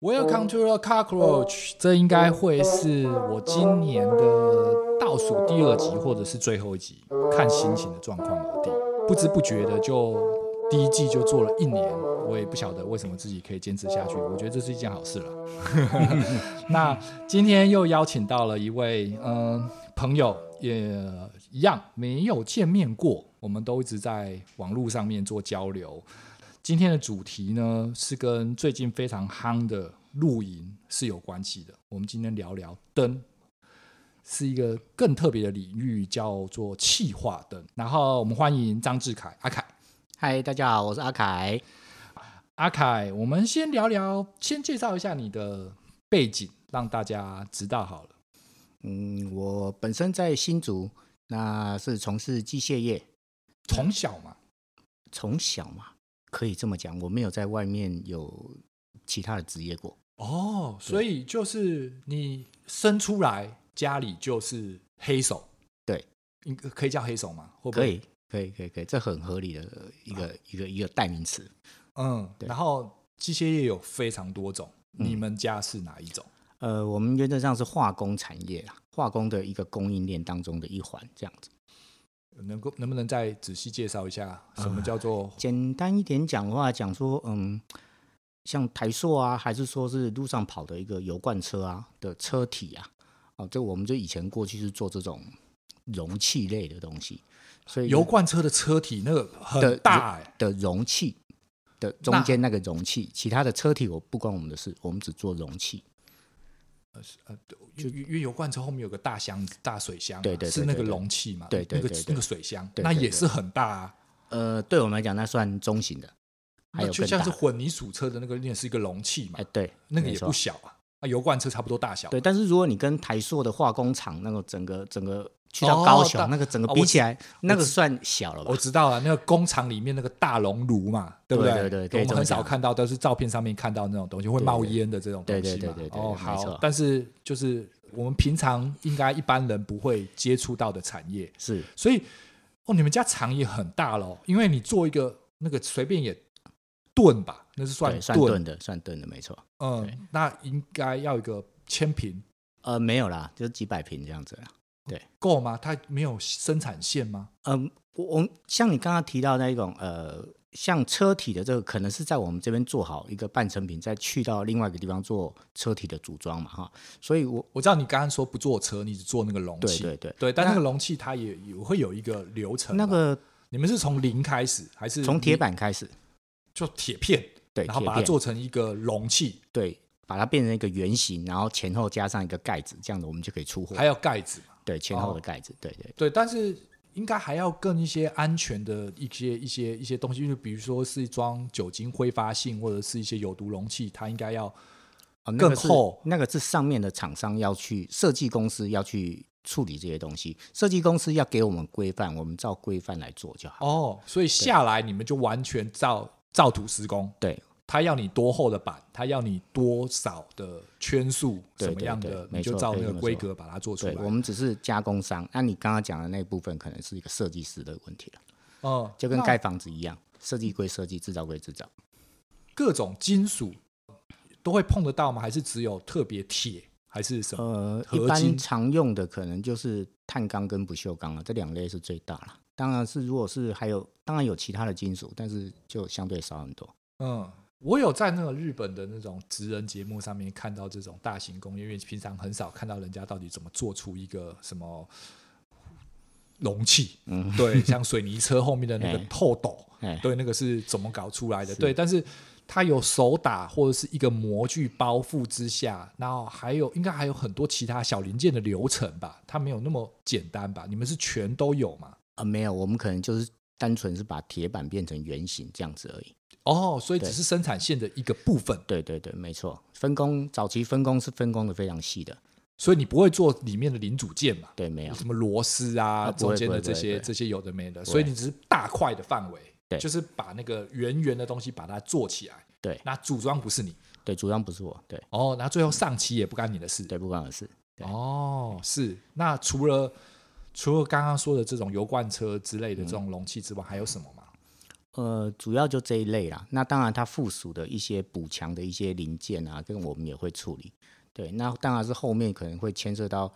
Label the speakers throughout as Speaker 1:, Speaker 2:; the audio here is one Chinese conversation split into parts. Speaker 1: Welcome to the cockroach，这应该会是我今年的倒数第二集或者是最后一集，看心情的状况而定。不知不觉的就第一季就做了一年，我也不晓得为什么自己可以坚持下去。我觉得这是一件好事了。 那今天又邀请到了一位嗯、呃朋友，也一样没有见面过，我们都一直在网络上面做交流。今天的主题呢是跟最近非常夯的露营是有关系的。我们今天聊聊灯，是一个更特别的领域，叫做气化灯。然后我们欢迎张志凯阿凯。
Speaker 2: 嗨，大家好，我是阿凯。
Speaker 1: 阿凯，我们先聊聊，先介绍一下你的背景，让大家知道好了。
Speaker 2: 嗯，我本身在新竹，那是从事机械业，
Speaker 1: 从小嘛，
Speaker 2: 从小嘛，可以这么讲，我没有在外面有其他的职业过。
Speaker 1: 哦，所以就是你生出来家里就是黑手，
Speaker 2: 对，
Speaker 1: 应可以叫黑手吗？会不
Speaker 2: 可
Speaker 1: 会？
Speaker 2: 以，可以，可以，可以，这很合理的一个、一个一个代名词。
Speaker 1: 嗯，
Speaker 2: 对嗯
Speaker 1: 然后机械业有非常多种，你们家是哪一种？
Speaker 2: 呃，我们原则上是化工产业啦，化工的一个供应链当中的一环，这样子。
Speaker 1: 能够能不能再仔细介绍一下什
Speaker 2: 啊
Speaker 1: 么叫做？
Speaker 2: 简单一点讲的话，讲说，嗯，像台塑啊，还是说是路上跑的一个油罐车啊的车体啊，哦，这我们就以前过去是做这种容器类的东西，所以
Speaker 1: 油罐车的车体那个
Speaker 2: 的
Speaker 1: 很大哎、
Speaker 2: 的容器的中间那个容器，其他的车体我不关我们的事，我们只做容器。
Speaker 1: 欸因为因为油罐车后面有个大箱子、大水箱嘛、
Speaker 2: 对对对
Speaker 1: 是那个
Speaker 2: 对对
Speaker 1: 容器嘛，
Speaker 2: 对对
Speaker 1: 那
Speaker 2: 对
Speaker 1: 个
Speaker 2: 对
Speaker 1: 那个水箱，
Speaker 2: 对
Speaker 1: 那
Speaker 2: 对
Speaker 1: 也
Speaker 2: 对
Speaker 1: 是很大啊。
Speaker 2: 呃，对我们来讲，那算中型的，还
Speaker 1: 那
Speaker 2: 有
Speaker 1: 就
Speaker 2: 更
Speaker 1: 像
Speaker 2: 大
Speaker 1: 是
Speaker 2: 的。
Speaker 1: 混凝土车的那个也是一个容器嘛
Speaker 2: 哎，，对，
Speaker 1: 那个
Speaker 2: 没
Speaker 1: 也
Speaker 2: 错
Speaker 1: 不小啊，啊，油罐车差不多大小。啊
Speaker 2: 对，但是如果你跟台塑的化工厂那个整个整个去
Speaker 1: 哦
Speaker 2: 到高雄、
Speaker 1: 大
Speaker 2: 那个整个
Speaker 1: 哦
Speaker 2: 比
Speaker 1: 我
Speaker 2: 起来，那
Speaker 1: 我
Speaker 2: 个
Speaker 1: 知
Speaker 2: 算小了吧
Speaker 1: 我？知道啊了，那个工厂里面那个大熔炉嘛，对不
Speaker 2: 对对对可以
Speaker 1: 我们
Speaker 2: 这么
Speaker 1: 很少
Speaker 2: 讲
Speaker 1: 看到，都是照片上面看到那种东西，会冒烟的这种东西
Speaker 2: 对
Speaker 1: 嘛。
Speaker 2: 对对对对
Speaker 1: 哦，
Speaker 2: 没错
Speaker 1: 好，但是就是我们平常应该一般人不会接触到的产业，
Speaker 2: 是
Speaker 1: 所以哦，你们家厂也很大咯，因为你做一个那个随便也吨吧，那是算
Speaker 2: 对，算
Speaker 1: 吨，
Speaker 2: 钝的，算钝的，没错。对
Speaker 1: 嗯，那应该要一个千平
Speaker 2: 呃，没有啦，就几百平这样子啦。
Speaker 1: 够吗？它没有生产线吗？
Speaker 2: 嗯、我我们像你刚刚提到那一种呃，像车体的这个，可能是在我们这边做好一个半成品，再去到另外一个地方做车体的组装嘛，哈。所以我
Speaker 1: 我知道你刚刚说不做车，你只做那个容
Speaker 2: 对
Speaker 1: 器，
Speaker 2: 对对
Speaker 1: 对，但那
Speaker 2: 那
Speaker 1: 个容器它也也会有一个流程吧。
Speaker 2: 那个
Speaker 1: 你们是从零开始，还是
Speaker 2: 从铁
Speaker 1: 你
Speaker 2: 板开始，
Speaker 1: 就铁片，
Speaker 2: 对，
Speaker 1: 然后
Speaker 2: 铁
Speaker 1: 把它
Speaker 2: 片
Speaker 1: 做成一个容器，
Speaker 2: 对，把它变成一个圆形，然后前后加上一个盖子，这样子我们就可以出货。
Speaker 1: 还有盖子嘛？
Speaker 2: 对前后
Speaker 1: 哦
Speaker 2: 的盖子，对对
Speaker 1: 对，但是应该还要更一些安全的一些一些一些东西，就比如说是装酒精挥发性或者是一些有毒容器，它应该要
Speaker 2: 哦，那
Speaker 1: 更
Speaker 2: 个是
Speaker 1: 厚
Speaker 2: 那个是上面的厂商要去设计公司要去处理这些东西，设计公司要给我们规范，我们照规范来做就好。
Speaker 1: 哦，所以下来你们就完全照照图施工。
Speaker 2: 对
Speaker 1: 他要你多厚的板，他要你多少的圈数，
Speaker 2: 对
Speaker 1: 什么样
Speaker 2: 对对
Speaker 1: 的，你
Speaker 2: 没
Speaker 1: 就
Speaker 2: 错
Speaker 1: 照
Speaker 2: 可以
Speaker 1: 那个
Speaker 2: 这么
Speaker 1: 规
Speaker 2: 说
Speaker 1: 格把它做出来
Speaker 2: 对，。我们只是加工商。那你刚刚讲的那部分可能是一个设计师的问题了，
Speaker 1: 嗯，
Speaker 2: 就跟
Speaker 1: 那
Speaker 2: 盖房子一样，设计归设计，制造归制造。
Speaker 1: 各种金属都会碰得到吗？还是只有特别铁，还是什么？
Speaker 2: 呃，一
Speaker 1: 嗯合金
Speaker 2: 般常用的可能就是碳钢跟不锈钢了，这两类是最大了。当然是如果是还有，当然有其他的金属，但是就相对少很多。
Speaker 1: 嗯，我有在那个日本的那种职人节目上面看到这种大型工业，因为平常很少看到人家到底怎么做出一个什么容器。嗯， 对，像水泥车后面的那个
Speaker 2: 哎
Speaker 1: 透斗，
Speaker 2: 哎，
Speaker 1: 对，那个是怎么搞出来的？对，但是它有手打或者是一个模具包覆之下，然后还有应该还有很多其他小零件的流程吧？它没有那么简单吧？你们是全都有吗？
Speaker 2: 啊，没有，我们可能就是单纯是把铁板变成圆形这样子而已。
Speaker 1: 哦，所以只
Speaker 2: 对
Speaker 1: 是生产线的一个部分，
Speaker 2: 对对对，没错，分工早期分工是分工的非常细的，
Speaker 1: 所以你不会做里面的零组件嘛？
Speaker 2: 对，没有，
Speaker 1: 什么螺丝啊，
Speaker 2: 啊不
Speaker 1: 中
Speaker 2: 会
Speaker 1: 间的
Speaker 2: 不会
Speaker 1: 这
Speaker 2: 不
Speaker 1: 些
Speaker 2: 会
Speaker 1: 这些有的没的，
Speaker 2: 不会
Speaker 1: 所以你只是大块的范围，
Speaker 2: 对
Speaker 1: 就是把那个圆圆的东西把它做起来，
Speaker 2: 对
Speaker 1: 那组装不是你，
Speaker 2: 对，主张不是我，对
Speaker 1: 哦，那最后上棋也不干你的事。
Speaker 2: 对，不关我的事。对
Speaker 1: 哦，是。那除了除了刚刚说的这种油罐车之类的这
Speaker 2: 嗯
Speaker 1: 种容器之外，还有什么吗？
Speaker 2: 呃，主要就这一类啦。那当然，它附属的一些补强的一些零件啊，跟我们也会处理。对，那当然是后面可能会牵涉到，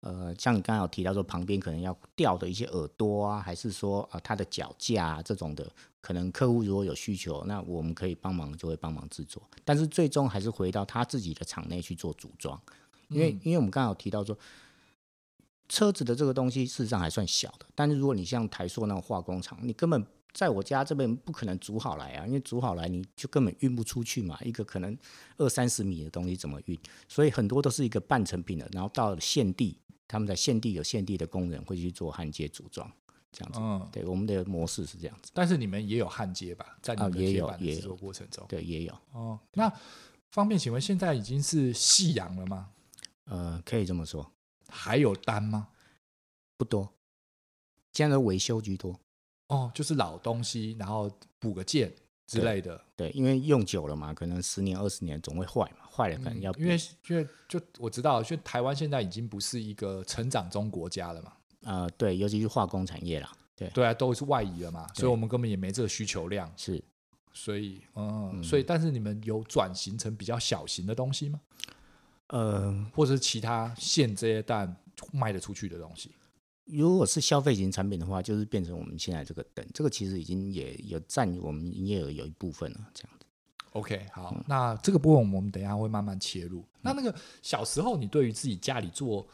Speaker 2: 呃，像你刚才有提到说旁边可能要掉的一些耳朵啊，还是说啊、呃它的脚架啊这种的，可能客户如果有需求，那我们可以帮忙就会帮忙制作，但是最终还是回到他自己的厂内去做组装，因为、因为我们刚才有提到说，车子的这个东西事实上还算小的，但是如果你像台塑那种化工厂，你根本在我家这边不可能煮好来啊，因为煮好来你就根本运不出去嘛，一个可能二三十米的东西怎么运？所以很多都是一个半成品的，然后到了现地，他们在现地有现地的工人会去做焊接组装，这样子。
Speaker 1: 嗯，
Speaker 2: 对，我们的模式是这样子，
Speaker 1: 但是你们也有焊接吧，在你
Speaker 2: 啊
Speaker 1: 们的
Speaker 2: 也
Speaker 1: 铁
Speaker 2: 有
Speaker 1: 板的
Speaker 2: 也
Speaker 1: 制
Speaker 2: 有
Speaker 1: 作过程中。
Speaker 2: 对，也有，
Speaker 1: 哦，那方便请问，现在已经是夕阳了吗？
Speaker 2: 呃，可以这么说，
Speaker 1: 还有单吗？
Speaker 2: 不多，现在都维修居多。
Speaker 1: 哦，就是老东西，然后补个件之类的。
Speaker 2: 对，因为用久了嘛，可能十年二十年总会坏嘛，坏了可能要补、
Speaker 1: 嗯因为因为就我知道，就台湾现在已经不是一个成长中国家了嘛，
Speaker 2: 呃，对，尤其是化工产业啦，
Speaker 1: 对啊，都是外移了嘛，所以我们根本也没这个需求量，
Speaker 2: 是
Speaker 1: 所以嗯，所以但是你们有转型成比较小型的东西吗？
Speaker 2: 呃，
Speaker 1: 或者是其他现这些蛋卖得出去的东西？
Speaker 2: 如果是消费型产品的话，就是变成我们现在这个等，这个其实已经也有占我们营业额有一部分了，这样子。
Speaker 1: OK，好，
Speaker 2: 嗯
Speaker 1: 那这个部分我们等一下会慢慢切入。那那个小时候，你对于自己家里做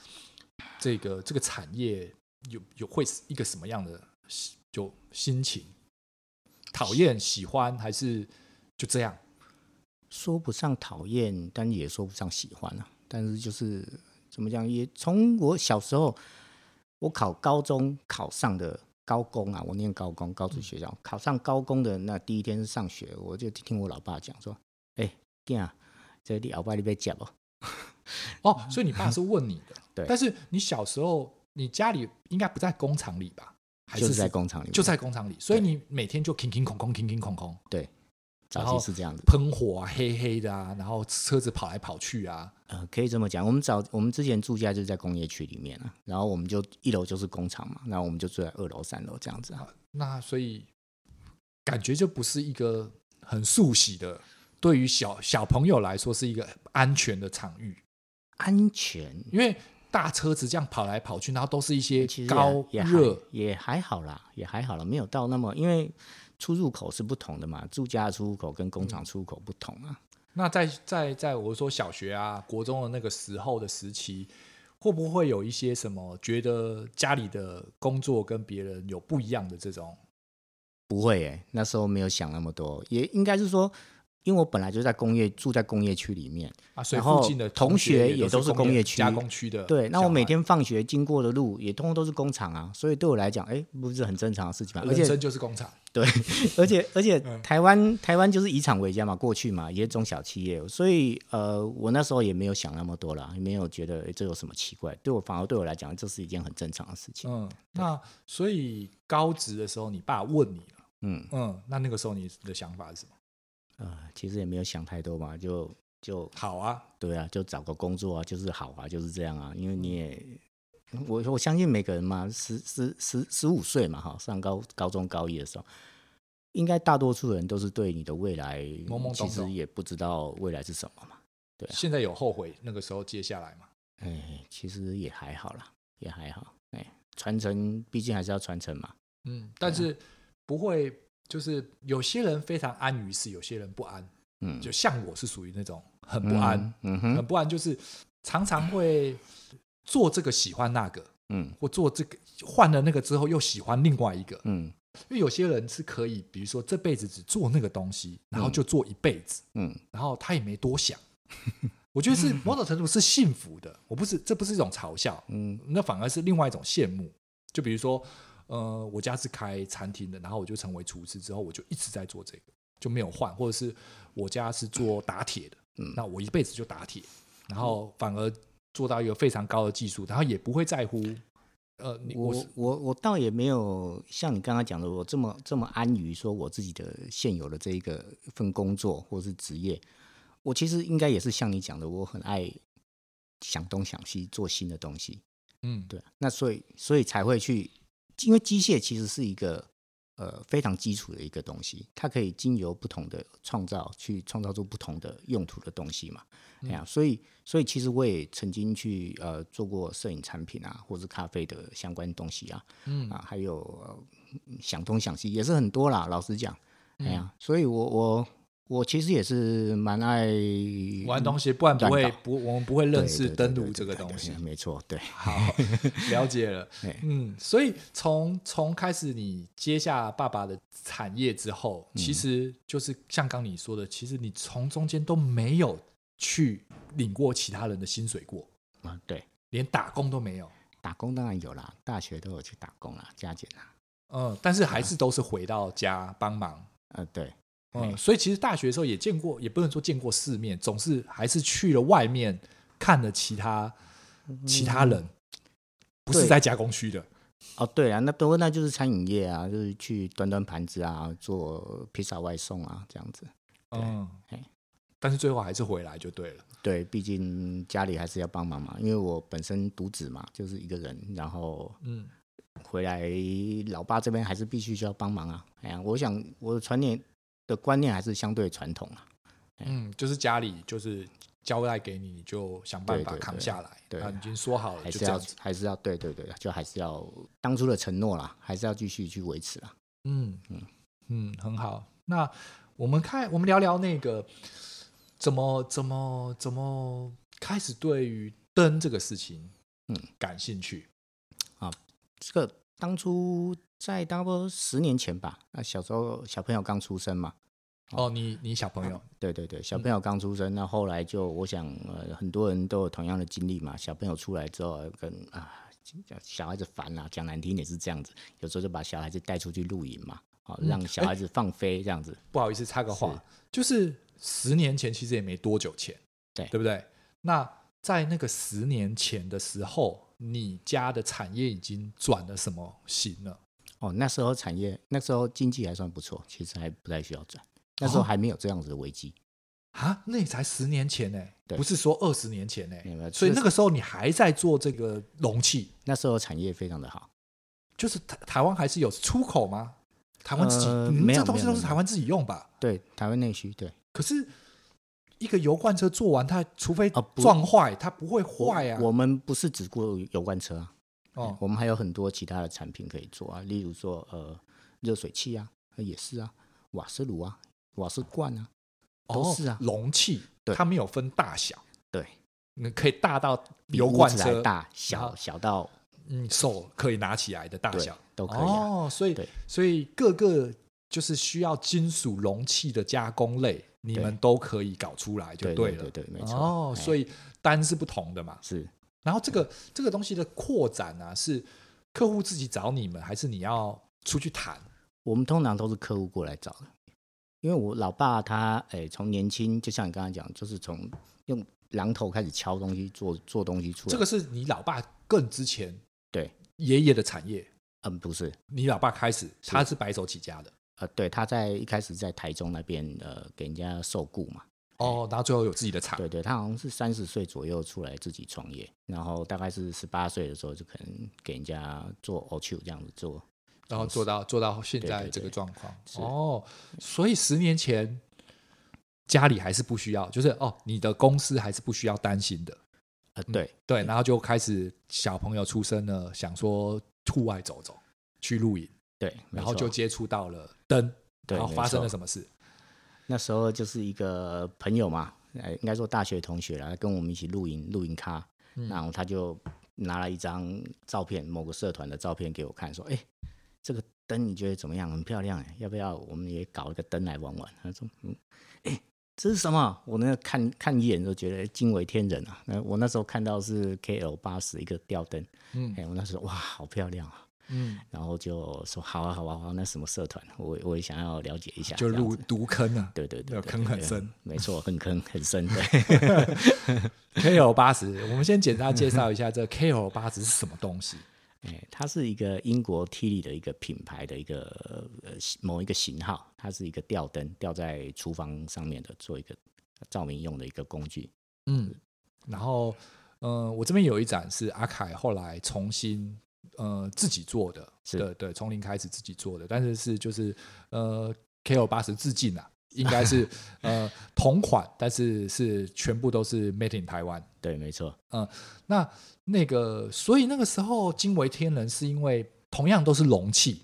Speaker 1: 这个这个产业有有会是一个什么样的心就心情？讨厌、喜欢还是就这样？
Speaker 2: 说不上讨厌，但也说不上喜欢啊。但是就是怎么讲，也从我小时候，我考高中考上的高工啊，我念高工高职
Speaker 1: 嗯
Speaker 2: 学校，考上高工的那第一天上学，我就听我老爸讲说：“哎、弟啊，这里鳌拜你被夹哦。
Speaker 1: 哦，所以你爸是问你的，
Speaker 2: 嗯 对
Speaker 1: 但是你小时候，你家里应该不在工厂里吧？”还
Speaker 2: 就是是在工厂里面，
Speaker 1: 就在工厂里，所以你每天就空空空空空空空空，然
Speaker 2: 早
Speaker 1: 后
Speaker 2: 期是这样子。
Speaker 1: 喷火啊，黑黑的啊，然后车子跑来跑去啊，
Speaker 2: 呃，可以这么讲，我们早我们之前住家就是在工业区里面啊，然后我们就一楼就是工厂嘛，然后我们就住在二楼、三楼这样子啊。
Speaker 1: 那所以感觉就不是一个很速喜的，对于小小朋友来说是一个安全的场域，
Speaker 2: 安全
Speaker 1: 因为大车子这样跑来跑去，然后都是一些
Speaker 2: 其实也
Speaker 1: 高
Speaker 2: 也还
Speaker 1: 热，
Speaker 2: 也还好啦，也还好啦，没有到那么，因为出入口是不同的嘛，住家的出入口跟工厂出入口不同啊。
Speaker 1: 那在在在我说小学啊、国中的那个时候的时期，会不会有一些什么觉得家里的工作跟别人有不一样的这种？
Speaker 2: 不会耶、那时候没有想那么多，也应该是说，因为我本来就在工业住在工业区里面，
Speaker 1: 啊，所以
Speaker 2: 然后
Speaker 1: 附近的
Speaker 2: 同学
Speaker 1: 也
Speaker 2: 也都是
Speaker 1: 工
Speaker 2: 工业区
Speaker 1: 加工区的小孩。
Speaker 2: 对，那我每天放学经过的路也通通都是工厂啊，所以对我来讲，哎，不是很正常的事情嘛。而
Speaker 1: 人
Speaker 2: 且
Speaker 1: 生就是工厂，
Speaker 2: 对，而
Speaker 1: 嗯
Speaker 2: 且而且台湾台湾就是以厂为啊家嘛，过去嘛也是中小企业，所以呃，我那时候也没有想那么多啦，也没有觉得诶这有什么奇怪，对我反而对我来讲，这是一件很正常的事情。
Speaker 1: 嗯，那所以高职的时候，你爸问你了，
Speaker 2: 嗯，
Speaker 1: 嗯，那那个时候你的想法是什么？
Speaker 2: 呃，其实也没有想太多嘛，就就
Speaker 1: 好啊，
Speaker 2: 对啊，就找个工作啊，就是好啊，就是这样啊，因为你也。
Speaker 1: 嗯
Speaker 2: 我我相信每个人嘛，十十十十五岁嘛，哈，上高高中高一的时候，应该大多数人都是对你的未来
Speaker 1: 懵懵懂
Speaker 2: 其实
Speaker 1: 懂
Speaker 2: 也不知道未来是什么嘛。对啊
Speaker 1: 现在有后悔那个时候接下来吗？
Speaker 2: 哎，其实也还好啦，也还好。哎，传承毕竟还是要传承嘛。
Speaker 1: 嗯，但是不会，就是有些人非常安于世，有些人不安，
Speaker 2: 嗯，
Speaker 1: 就像我是属于那种很不安，
Speaker 2: 嗯。嗯
Speaker 1: 很
Speaker 2: 哼，
Speaker 1: 不安，就是常常会做这个喜欢那个，
Speaker 2: 嗯
Speaker 1: 或做这个换了那个之后又喜欢另外一个，
Speaker 2: 嗯
Speaker 1: 因为有些人是可以，比如说这辈子只做那个东西，然后就做一辈子，
Speaker 2: 嗯，
Speaker 1: 然后他也没多想。 我觉 得是某种程度是幸福的，我不是这不是一种嘲笑，
Speaker 2: 嗯，
Speaker 1: 那反而是另外一种羡慕。就比如说，呃，我家是开餐厅的，然后我就成为厨师之后，我就一直在做这个，就没有换，或者是我家是做打铁的，
Speaker 2: 嗯
Speaker 1: 那我一辈子就打铁，然后反而做到一个非常高的技术，然后也不会在乎，呃，你我
Speaker 2: 我
Speaker 1: 是
Speaker 2: 我我倒也没有像你刚刚讲的，我这么这么安于说我自己的现有的这一个份工作或是职业，我其实应该也是像你讲的，我很爱想东想西，做新的东西。
Speaker 1: 嗯，
Speaker 2: 对，啊那所以所以才会去，因为机械其实是一个呃非常基础的一个东西，它可以经由不同的创造去创造出不同的用途的东西嘛。
Speaker 1: 嗯
Speaker 2: 哎呀，所以所以其实我也曾经去呃做过摄影产品啊，或是咖啡的相关东西啊，
Speaker 1: 嗯
Speaker 2: 啊，还有、呃想东想西也是很多啦。老实讲，
Speaker 1: 嗯
Speaker 2: 哎呀，所以我我我其实也是蛮爱
Speaker 1: 玩东西，不然不会
Speaker 2: 乱搞
Speaker 1: 不，我们不会认
Speaker 2: 对
Speaker 1: 识
Speaker 2: 对对
Speaker 1: 登
Speaker 2: 对
Speaker 1: 录
Speaker 2: 对
Speaker 1: 这个
Speaker 2: 对
Speaker 1: 东
Speaker 2: 对
Speaker 1: 西。
Speaker 2: 没错，对。
Speaker 1: 好，了 解了
Speaker 2: 哎。
Speaker 1: 嗯，所以从从开始你接下爸爸的产业之后，
Speaker 2: 嗯
Speaker 1: 其实就是像刚你说的，其实你从中间都没有去领过其他人的薪水过，
Speaker 2: 啊，对，
Speaker 1: 连打工都没有。
Speaker 2: 打工当然有啦，大学都有去打工啦，加减啦。
Speaker 1: 嗯，但是还是都是回到家帮忙。
Speaker 2: 呃，对，
Speaker 1: 嗯，所以其实大学的时候也见过，也不能说见过世面，总是还是去了外面看了其他其他人，不是
Speaker 2: 嗯对
Speaker 1: 在加工区的。
Speaker 2: 哦，对啊，那不过那就是餐饮业啊，就是去端端盘子啊，做披萨外送啊，这样子。
Speaker 1: 嗯
Speaker 2: 嘿，
Speaker 1: 但是最后还是回来就对了。
Speaker 2: 对，毕竟家里还是要帮忙嘛，因为我本身独子嘛，就是一个人，然后
Speaker 1: 嗯
Speaker 2: 回来老爸这边还是必须需要帮忙啊。哎呀，我想我的传念的观念还是相对传统啊。
Speaker 1: 嗯，就是家里就是交代给你，你就想办法
Speaker 2: 对对对
Speaker 1: 扛下来。
Speaker 2: 对
Speaker 1: 啊，已经说好了，
Speaker 2: 还
Speaker 1: 哦就是这样
Speaker 2: 要
Speaker 1: 子。
Speaker 2: 还是要对对对，就还是要当初的承诺啦，还是要继续去维持啦。
Speaker 1: 嗯嗯，很好。那我们看，我们聊聊那个怎么怎么怎么开始对于灯这个事情
Speaker 2: 嗯
Speaker 1: 感兴趣。
Speaker 2: 这个当初在差不多十年前吧，那小时候小朋友刚出生嘛，
Speaker 1: 哦，你你小朋友，
Speaker 2: 对对对，小朋友刚出生，那后来就我想，呃，很多人都有同样的经历嘛。小朋友出来之后，呃跟啊，小孩子烦啊，讲难听点是这样子，有时候就把小孩子带出去露营嘛，好、
Speaker 1: 嗯
Speaker 2: 让小孩子放飞这样子。
Speaker 1: 不好意思插个话，就是十年前其实也没多久前，
Speaker 2: 对
Speaker 1: 对不对？那在那个十年前的时候，你家的产业已经转了什么型了？
Speaker 2: 哦，那时候产业那时候经济还算不错，其实还不太需要转，那时候还没有这样子的危机。
Speaker 1: 啊，那也才十年前呢、
Speaker 2: 对
Speaker 1: 不是说二十年前呢、
Speaker 2: 没有没有
Speaker 1: 所以
Speaker 2: 就是
Speaker 1: 那个时候你还在做这个容器，
Speaker 2: 那时候产业非常的好，
Speaker 1: 就是台台湾还是有出口吗？台湾自己，
Speaker 2: 呃
Speaker 1: 你们
Speaker 2: 没有
Speaker 1: 这东西
Speaker 2: 没有
Speaker 1: 都是
Speaker 2: 没有
Speaker 1: 台湾自己用吧？
Speaker 2: 对台湾内需，对
Speaker 1: 可是一个油罐车做完，它除非
Speaker 2: 啊不
Speaker 1: 撞坏，它不会坏啊。
Speaker 2: 我们不是只过油罐车啊，
Speaker 1: 哦，
Speaker 2: 我们还有很多其他的产品可以做啊，例如说呃热水器啊，呃也是啊，瓦斯炉啊，瓦斯罐啊，都是啊
Speaker 1: 哦、容器，
Speaker 2: 对
Speaker 1: 它没有分大小，
Speaker 2: 对，
Speaker 1: 你可以大到
Speaker 2: 比
Speaker 1: 油
Speaker 2: 屋
Speaker 1: 罐
Speaker 2: 子
Speaker 1: 车
Speaker 2: 还，大
Speaker 1: 然
Speaker 2: 小
Speaker 1: 后
Speaker 2: 小到
Speaker 1: 嗯，手可以拿起来的大
Speaker 2: 对
Speaker 1: 小
Speaker 2: 都可以啊。
Speaker 1: 哦，所以
Speaker 2: 对
Speaker 1: 所以各个就是需要金属容器的加工类，你
Speaker 2: 对
Speaker 1: 们都可以搞出来就
Speaker 2: 对
Speaker 1: 了。
Speaker 2: 对对，没错。
Speaker 1: 哦，
Speaker 2: 哎
Speaker 1: 所以单是不同的嘛。
Speaker 2: 是
Speaker 1: 然后这个这个东西的扩展啊，是客户自己找你们，还是你要出去谈？
Speaker 2: 我们通常都是客户过来找的，因为我老爸他哎从年轻，就像你刚才讲，就是从用榔头开始敲东西做做东西出来。
Speaker 1: 这个是你老爸更之前
Speaker 2: 对，
Speaker 1: 爷爷的产业，
Speaker 2: 嗯，不是，
Speaker 1: 你老爸开始他是白手起家的。
Speaker 2: 呃，对，他在一开始在台中那边呃给人家受雇嘛。
Speaker 1: 哦，然后最后有自己的厂，
Speaker 2: 对对，他好像是三十岁左右出来自己创业，然后大概是十八岁的时候就可能给人家做 o q 这样子做。
Speaker 1: 然后做到做到现
Speaker 2: 对
Speaker 1: 在
Speaker 2: 对
Speaker 1: 这个
Speaker 2: 对
Speaker 1: 状况。
Speaker 2: 是
Speaker 1: 哦，所以十年前家里还是不需要，就是哦，你的公司还是不需要担心的。
Speaker 2: 呃，
Speaker 1: 嗯
Speaker 2: 对，
Speaker 1: 对，然后就开始小朋友出生了，想说户外走走，去露营，
Speaker 2: 对，没
Speaker 1: 然后就
Speaker 2: 错
Speaker 1: 接触到了灯，
Speaker 2: 对
Speaker 1: 然后
Speaker 2: 没
Speaker 1: 发生
Speaker 2: 错
Speaker 1: 了什么事？
Speaker 2: 那时候就是一个朋友嘛，呃，应该说大学同学啦，跟我们一起露营，露营咖，
Speaker 1: 嗯
Speaker 2: 然后他就拿了一张照片，某个社团的照片给我看，说：“哎、这个灯你觉得怎么样？很漂亮、哎，要不要我们也搞一个灯来玩玩？”他说：“嗯，哎、这是什么？”我那个看看一眼就觉得惊为天人啊！那我那时候看到是 KL 八十一个吊灯，
Speaker 1: 嗯
Speaker 2: 哎、我那时候哇，好漂亮啊！
Speaker 1: 嗯，
Speaker 2: 然后就说：“好啊，好啊，好啊，那什么社团？我我也想要了解一下。”
Speaker 1: 就
Speaker 2: 这样
Speaker 1: 入
Speaker 2: 子
Speaker 1: 毒坑啊，
Speaker 2: 对对对，
Speaker 1: 那
Speaker 2: 对
Speaker 1: 坑很
Speaker 2: 对
Speaker 1: 深
Speaker 2: 没错，很坑很深。对，
Speaker 1: KO 八十。我们先简单介绍一下这 KO 八十是什么东西。
Speaker 2: 哎，它是一个英国 Tilly 的一个品牌的一个呃某一个型号，它是一个吊灯，吊在厨房上面的，做一个照明用的一个工具。
Speaker 1: 嗯，然后嗯、呃我这边有一盏是阿凯后来重新呃自己做的，
Speaker 2: 是
Speaker 1: 对对，从零开始自己做的，但是是就是呃 KO 八十致敬啊，应 该是呃同款，但是是全部都是 made in 台湾。
Speaker 2: 对，没错，
Speaker 1: 那那个，所以那个时候惊为天人，是因为同样都是容器，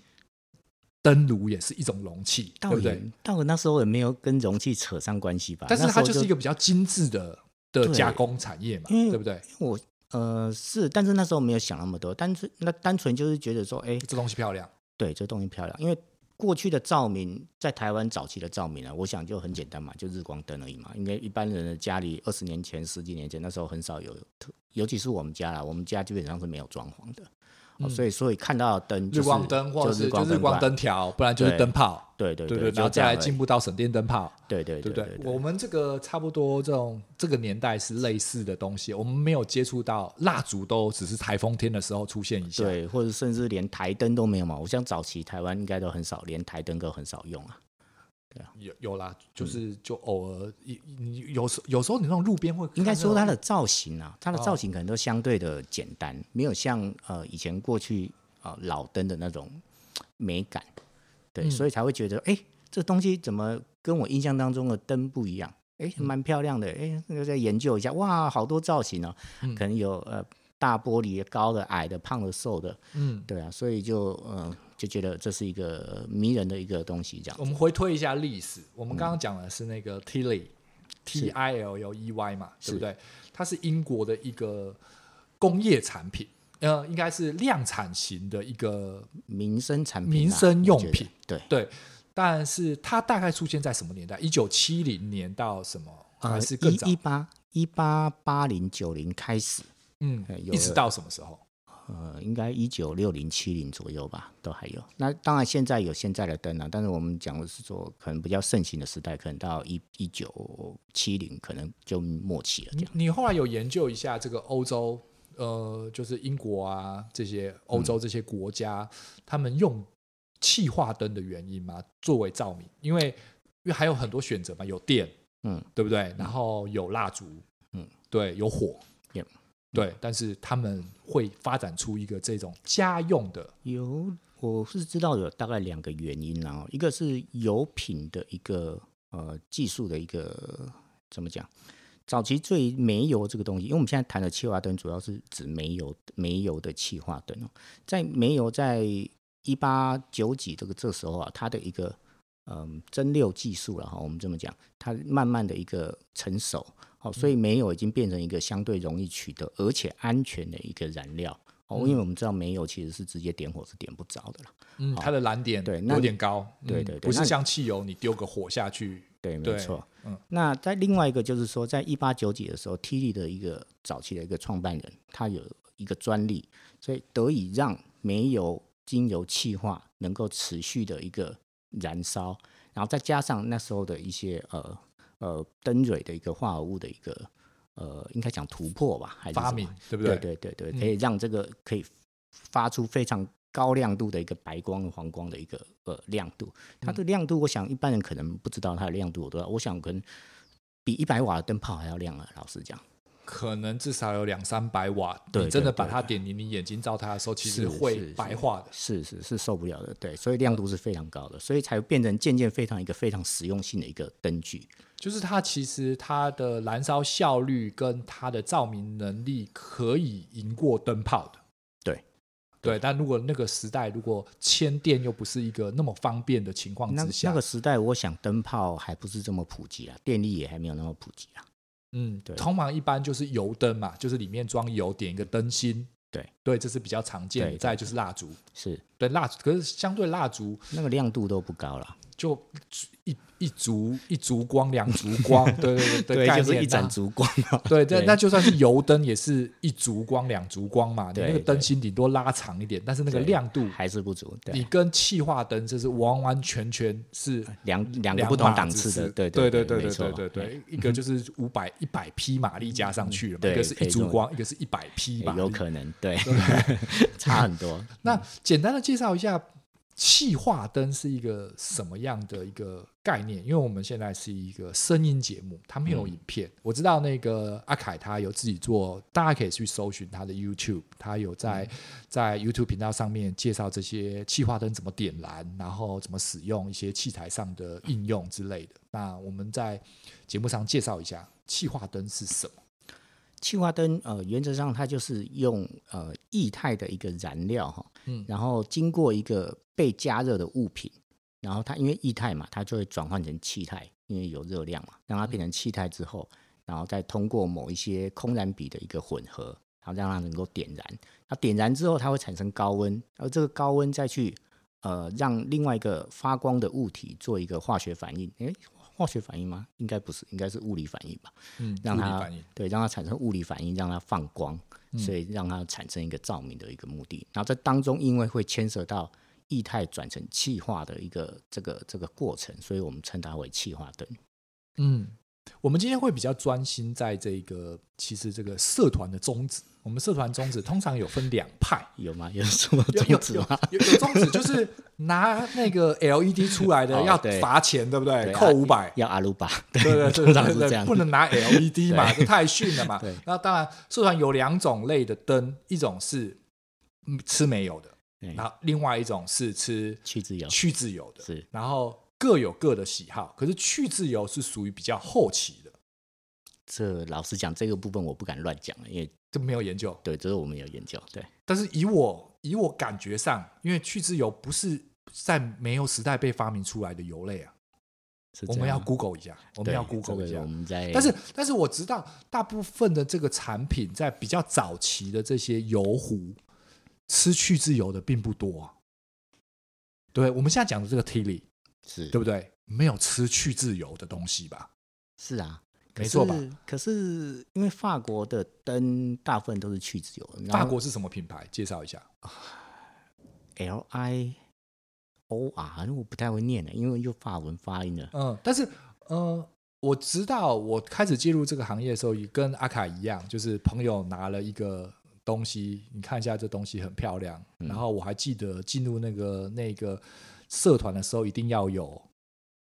Speaker 1: 灯炉也是一种容器，对
Speaker 2: 倒
Speaker 1: 不
Speaker 2: 也
Speaker 1: 对？
Speaker 2: 倒也那时候也没有跟容器扯上关系吧。
Speaker 1: 但是
Speaker 2: 那时
Speaker 1: 它
Speaker 2: 候
Speaker 1: 就是一个比较精致的的
Speaker 2: 对
Speaker 1: 加工产业嘛，
Speaker 2: 因为
Speaker 1: 对不对？
Speaker 2: 我呃是，但是那时候没有想那么多，单纯那单纯就是觉得说，哎，
Speaker 1: 这东西漂亮，
Speaker 2: 对，这东西漂亮，因为过去的照明在台湾早期的照明啊，我想就很简单嘛，就日光灯而已嘛。因为一般人的家里二十年前、十几年前那时候很少有特，尤其是我们家啦，我们家基本上是没有装潢的，哦所以所以看到的灯、就
Speaker 1: 嗯日
Speaker 2: 是、
Speaker 1: 光灯或者
Speaker 2: 是
Speaker 1: 是就日光
Speaker 2: 管，
Speaker 1: 灯条，不然就是
Speaker 2: 对
Speaker 1: 灯泡，
Speaker 2: 对对
Speaker 1: 对
Speaker 2: 对，
Speaker 1: 对，然后
Speaker 2: 就这
Speaker 1: 再
Speaker 2: 样
Speaker 1: 来
Speaker 2: 而已
Speaker 1: 进，步到省电灯泡。
Speaker 2: 对对
Speaker 1: 对不
Speaker 2: 对
Speaker 1: 对？
Speaker 2: 对，
Speaker 1: 我们这个差不多这种这个年代是类似的东西，我们没有接触到蜡烛，都只是台风天的时候出现一下。
Speaker 2: 对，或者甚至连台灯都没有嘛。我想早期台湾应该都很少，连台灯都很少用啊。
Speaker 1: 有有啦，就是就偶尔一你有时有时候你那种路边会看
Speaker 2: 应该说
Speaker 1: 那
Speaker 2: 它的
Speaker 1: 种
Speaker 2: 造型啊，
Speaker 1: 哦
Speaker 2: 它的造型可能都相对的简单，没有像呃以前过去呃老灯的那种美感，对，
Speaker 1: 嗯
Speaker 2: 所以才会觉得哎、诶这东西怎么跟我印象当中的灯不一样？哎，
Speaker 1: 嗯
Speaker 2: 蛮漂亮的，哎，那个再研究一下，哇，好多造型哦，
Speaker 1: 嗯
Speaker 2: 可能有呃大玻璃的、高的、矮的、胖的、瘦的，
Speaker 1: 嗯，
Speaker 2: 对啊，所以就呃就觉得这是一个迷人的一个东西，这样
Speaker 1: 我们回推一下历史，我们刚刚讲的是那
Speaker 2: 嗯
Speaker 1: 个 Tilly，T I L L E Y 嘛，对不对？它是英国的一个工业产品，呃，应该是量产型的一个，
Speaker 2: 民生产品啊、
Speaker 1: 民生用
Speaker 2: 我觉得
Speaker 1: 品，
Speaker 2: 对，
Speaker 1: 对。但是它大概出现在什么年代？一九七零年到什么？还是更
Speaker 2: 啊
Speaker 1: 早
Speaker 2: 呃一？一八一八八零九零开始，
Speaker 1: 嗯
Speaker 2: 呃，有
Speaker 1: 一直
Speaker 2: 了
Speaker 1: 到什么时候？
Speaker 2: 呃，应该一九六零七零左右吧，都还有。那当然现在有现在的灯了、但是我们讲的是说，可能比较盛行的时代，可能到一一九七零，可能就末期了这
Speaker 1: 你
Speaker 2: 样。
Speaker 1: 你后来有研究一下这个欧洲，呃，就是英国啊这些欧
Speaker 2: 嗯
Speaker 1: 洲这些国家，他们用气化灯的原因吗？作为照明，因为因为还有很多选择嘛，有电，
Speaker 2: 嗯，
Speaker 1: 对不对？然后有蜡烛，
Speaker 2: 嗯，
Speaker 1: 对，有火
Speaker 2: Yep
Speaker 1: 对，但是他们会发展出一个这种家用的，
Speaker 2: 有我是知道有大概两个原因啦、哦，一个是油品的一个呃技术的一个怎么讲？早期最煤油这个东西，因为我们现在谈的气化灯主要是指煤油煤油的气化灯哦，在煤油在一八九几这个这时候啊，它的一个嗯蒸馏技术了哦哈，我们这么讲，它慢慢的一个成熟，好、所以煤油已经变成一个相对容易取得而且安全的一个燃料。哦，因为我们知道煤油其实是直接点火是点不着的啦。
Speaker 1: 嗯，它的燃点
Speaker 2: 对那
Speaker 1: 有点高，
Speaker 2: 对
Speaker 1: 嗯
Speaker 2: 对对
Speaker 1: 不是
Speaker 2: 那
Speaker 1: 像汽油，你丢个火下去，
Speaker 2: 对，没
Speaker 1: 对
Speaker 2: 错。
Speaker 1: 嗯，
Speaker 2: 那在另外一个就是说，在一八九几的时候 t i 的一个早期的一个创办人，他有一个专利，所以得以让煤油经由气化能够持续的一个燃烧，然后再加上那时候的一些呃呃灯蕊的一个化合物的一个呃，应该讲突破吧，还是
Speaker 1: 发
Speaker 2: 什么
Speaker 1: 明，对不
Speaker 2: 对
Speaker 1: 对？嗯
Speaker 2: 对对对，可以让这个可以发出非常高亮度的一个白光、黄光的一个呃亮度。它
Speaker 1: 嗯
Speaker 2: 的亮度，我想一般人可能不知道它的亮度有多少。我想可能比一百瓦的灯泡还要亮啊，老实讲。
Speaker 1: 可能至少有两三百瓦，
Speaker 2: 对
Speaker 1: 你真的
Speaker 2: 对
Speaker 1: 把
Speaker 2: 对
Speaker 1: 它点亮，你眼睛照它的时候，其实
Speaker 2: 是
Speaker 1: 会
Speaker 2: 是是
Speaker 1: 白化的。
Speaker 2: 是是是受不了的，对，所以亮度是非常高的，所以才变成渐渐非常一个非常实用性的一个灯具。
Speaker 1: 就是它其实它的燃烧效率跟它的照明能力可以赢过灯泡的。
Speaker 2: 对
Speaker 1: 对，但如果那个时代如果牵电又不是一个那么方便的情况
Speaker 2: 那
Speaker 1: 之下，
Speaker 2: 那个时代，我想灯泡还不是这么普及啊，电力也还没有那么普及啊。
Speaker 1: 嗯，
Speaker 2: 对
Speaker 1: 通常一般就是油灯嘛，就是里面装油，点一个灯芯。
Speaker 2: 对
Speaker 1: 对，这是比较常见
Speaker 2: 对
Speaker 1: 的。
Speaker 2: 对
Speaker 1: 再来就是蜡烛，
Speaker 2: 是
Speaker 1: 对蜡烛，可是相对蜡烛
Speaker 2: 那个亮度都不高了，
Speaker 1: 就一一烛一烛光两烛光，对对 对概
Speaker 2: 就是
Speaker 1: 念
Speaker 2: 一盏
Speaker 1: 啊
Speaker 2: 烛光啊。
Speaker 1: 对，那那就算是油灯也是一烛光、两烛光嘛，你
Speaker 2: 对
Speaker 1: 那个灯芯顶多拉长一点，但是那个
Speaker 2: 对
Speaker 1: 亮度，
Speaker 2: 还是不足，对。
Speaker 1: 你跟气化灯这是完完全全是
Speaker 2: 两两个
Speaker 1: 两
Speaker 2: 不同
Speaker 1: 码
Speaker 2: 档
Speaker 1: 子
Speaker 2: 次的，
Speaker 1: 事
Speaker 2: 对
Speaker 1: 对
Speaker 2: 对
Speaker 1: 对
Speaker 2: 没
Speaker 1: 对
Speaker 2: 错
Speaker 1: 对对对，一个就是五百一百匹马力加上去了嘛，
Speaker 2: 对
Speaker 1: 一个是
Speaker 2: 可
Speaker 1: 一
Speaker 2: 以这
Speaker 1: 烛
Speaker 2: 么
Speaker 1: 光，一个是一百匹
Speaker 2: 哎
Speaker 1: 马
Speaker 2: 有
Speaker 1: 力。
Speaker 2: 可能对，差很多。
Speaker 1: 那简单的介绍一下气化灯是一个什么样的一个概念？因为我们现在是一个声音节目，它没有影片。我知道那个阿凯他有自己做，大家可以去搜寻他的 YouTube，他有在、在 YouTube 频道上面介绍这些气化灯怎么点燃，然后怎么使用一些器材上的应用之类的。那我们在节目上介绍一下气化灯是什么。
Speaker 2: 气化灯呃，原则上它就是用呃液态的一个燃料哈，
Speaker 1: 嗯
Speaker 2: 然后经过一个被加热的物品，然后它因为液态嘛，它就会转换成气态，因为有热量嘛，让它变成气态之后，然后再通过某一些空燃比的一个混合，然后让它能够点燃。那点燃之后，它会产生高温，而这个高温再去呃让另外一个发光的物体做一个化学反应，诶，化学反应吗？应该不是，应该是物理反应吧。
Speaker 1: 嗯，
Speaker 2: 让
Speaker 1: 物理
Speaker 2: 它
Speaker 1: 反应
Speaker 2: 对让它产生物理反应，让它放光，
Speaker 1: 嗯
Speaker 2: 所以让它产生一个照明的一个目的。然后在当中，因为会牵涉到液态转成气化的一个这个这个过程，所以我们称它为气化灯。
Speaker 1: 嗯，我们今天会比较专心在这个，其实这个社团的宗旨。我们社团宗旨通常有分两 派，
Speaker 2: 有吗？有什么
Speaker 1: 有有
Speaker 2: 宗旨吗？
Speaker 1: 有有宗旨就是拿那个 LED 出 来的
Speaker 2: 哦
Speaker 1: 要
Speaker 2: 对
Speaker 1: 罚钱，对不对？
Speaker 2: 对
Speaker 1: 扣
Speaker 2: 啊
Speaker 1: 五百。
Speaker 2: 要阿鲁巴，
Speaker 1: 对对 对
Speaker 2: 通常
Speaker 1: 对
Speaker 2: 是这
Speaker 1: 对，
Speaker 2: 样
Speaker 1: 不能拿 LED 嘛，这太逊了嘛
Speaker 2: 对。
Speaker 1: 那当然，社团有两种类的灯，一种是嗯吃煤油的，
Speaker 2: 对
Speaker 1: 然后另外一种是吃
Speaker 2: 去自由
Speaker 1: 去自由的，
Speaker 2: 是
Speaker 1: 然后各有各的喜好。可是去自由是属于比较后期的，
Speaker 2: 这老实讲，这个部分我不敢乱讲，因为
Speaker 1: 这没有研究。
Speaker 2: 对，这是我们有研究。对，
Speaker 1: 但是以我以我感觉上，因为去自由不是在煤油时代被发明出来的油类啊，
Speaker 2: 是
Speaker 1: 我
Speaker 2: 这
Speaker 1: 们
Speaker 2: 样
Speaker 1: 要
Speaker 2: 吗
Speaker 1: Google 一下，我们
Speaker 2: 对
Speaker 1: 要
Speaker 2: 这
Speaker 1: Google
Speaker 2: 个
Speaker 1: 一下
Speaker 2: 我。们在
Speaker 1: 但是，但是我知道大部分的这个产品在比较早期的这些油壶，吃去自由的并不多啊。对，我们现在讲的这个 Tilly，
Speaker 2: 是
Speaker 1: 对不对？没有吃去自由的东西吧？
Speaker 2: 是啊，
Speaker 1: 没错吧？
Speaker 2: 可是因为法国的灯大部分都是去自由，然
Speaker 1: 法
Speaker 2: 后
Speaker 1: 国是什么品牌？介绍一下。
Speaker 2: L I O R，我不太会念的，因为用法文发音的。
Speaker 1: 嗯，但是呃，我知道我开始介入这个行业的时候，也跟阿卡一样，就是朋友拿了一个东西，你看一下这东西很漂亮。
Speaker 2: 嗯
Speaker 1: 然后我还记得进入那个那个社团的时候，一定要有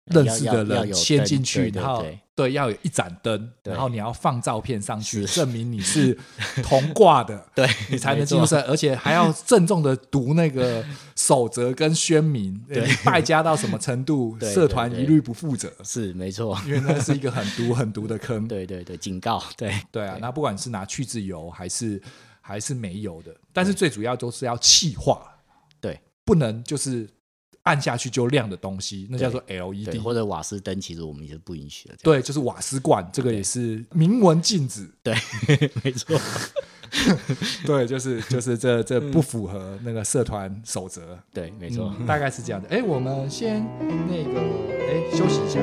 Speaker 1: 认识
Speaker 2: 要
Speaker 1: 的
Speaker 2: 嗯要要
Speaker 1: 人
Speaker 2: 有
Speaker 1: 先
Speaker 2: 灯
Speaker 1: 进
Speaker 2: 对
Speaker 1: 去，
Speaker 2: 对
Speaker 1: 然后
Speaker 2: 对
Speaker 1: 对要有一盏灯，
Speaker 2: 对
Speaker 1: 然后你要放照片上去，
Speaker 2: 是
Speaker 1: 证明你 是同挂的。
Speaker 2: 对，
Speaker 1: 你才能
Speaker 2: 没
Speaker 1: 进入
Speaker 2: 错
Speaker 1: 社，而且还要郑重的读那个守则跟宣明， 你败家到什么程度，
Speaker 2: 对
Speaker 1: 社
Speaker 2: 对
Speaker 1: 团
Speaker 2: 对
Speaker 1: 一律不负责。
Speaker 2: 是没错，
Speaker 1: 因为那是一个很毒很毒的坑。
Speaker 2: 对对对，警告，对
Speaker 1: 对啊，那不管是拿去渍油还是还是煤油的，但是最主要都是要气化，
Speaker 2: 对
Speaker 1: 不能就是按下去就亮的东西，那叫做 LED
Speaker 2: 对，。或者瓦斯灯，其实我们也是不允许的。这样
Speaker 1: 对，就是瓦斯罐，这个也是明文禁止。
Speaker 2: 对， 没错，
Speaker 1: 对，就是就是 这这
Speaker 2: 嗯
Speaker 1: 不符合那个社团守则。
Speaker 2: 对没错。
Speaker 1: 嗯大概是这样的。哎，我们先那个哎休息一下。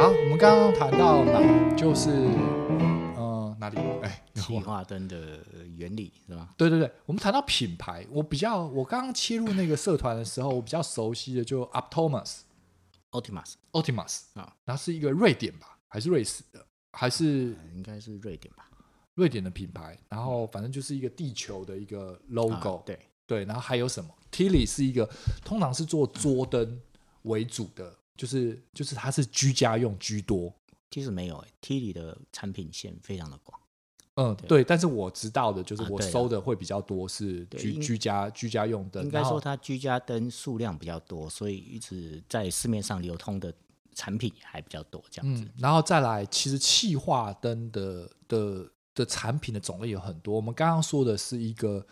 Speaker 1: 好，我们刚刚谈到哪？就是呃哪里？哎，
Speaker 2: 气化灯的原理是吧？
Speaker 1: 对对对，我们谈到品牌，我比较我刚刚切入那个社团的时候，我比较熟悉的就 Optomus。
Speaker 2: Optimus
Speaker 1: Optimus
Speaker 2: 啊，
Speaker 1: 然后是一个瑞典吧，还是瑞士的，还是
Speaker 2: 呃应该是瑞典吧
Speaker 1: 瑞典的品牌，然后反正就是一个地球的一个 logo，、
Speaker 2: 嗯啊对，
Speaker 1: 对然后还有什么 Tilly 是一个通常是做桌灯为主的，就是就是它是居家用居多，
Speaker 2: 其实没有诶，T 里的产品线非常的广，
Speaker 1: 嗯对
Speaker 2: 对
Speaker 1: 但是我知道的就是
Speaker 2: 啊
Speaker 1: 我
Speaker 2: 对啊
Speaker 1: 收的会比较多是
Speaker 2: 对
Speaker 1: 居
Speaker 2: 应
Speaker 1: 居家居家用灯，
Speaker 2: 应该
Speaker 1: 然后
Speaker 2: 说它居家灯数量比较多，所以一直在市面上流通的产品还比较多，这样子。
Speaker 1: 嗯，然后再来，其实气化灯的的的产品的种类有很多。我们刚刚说的是一个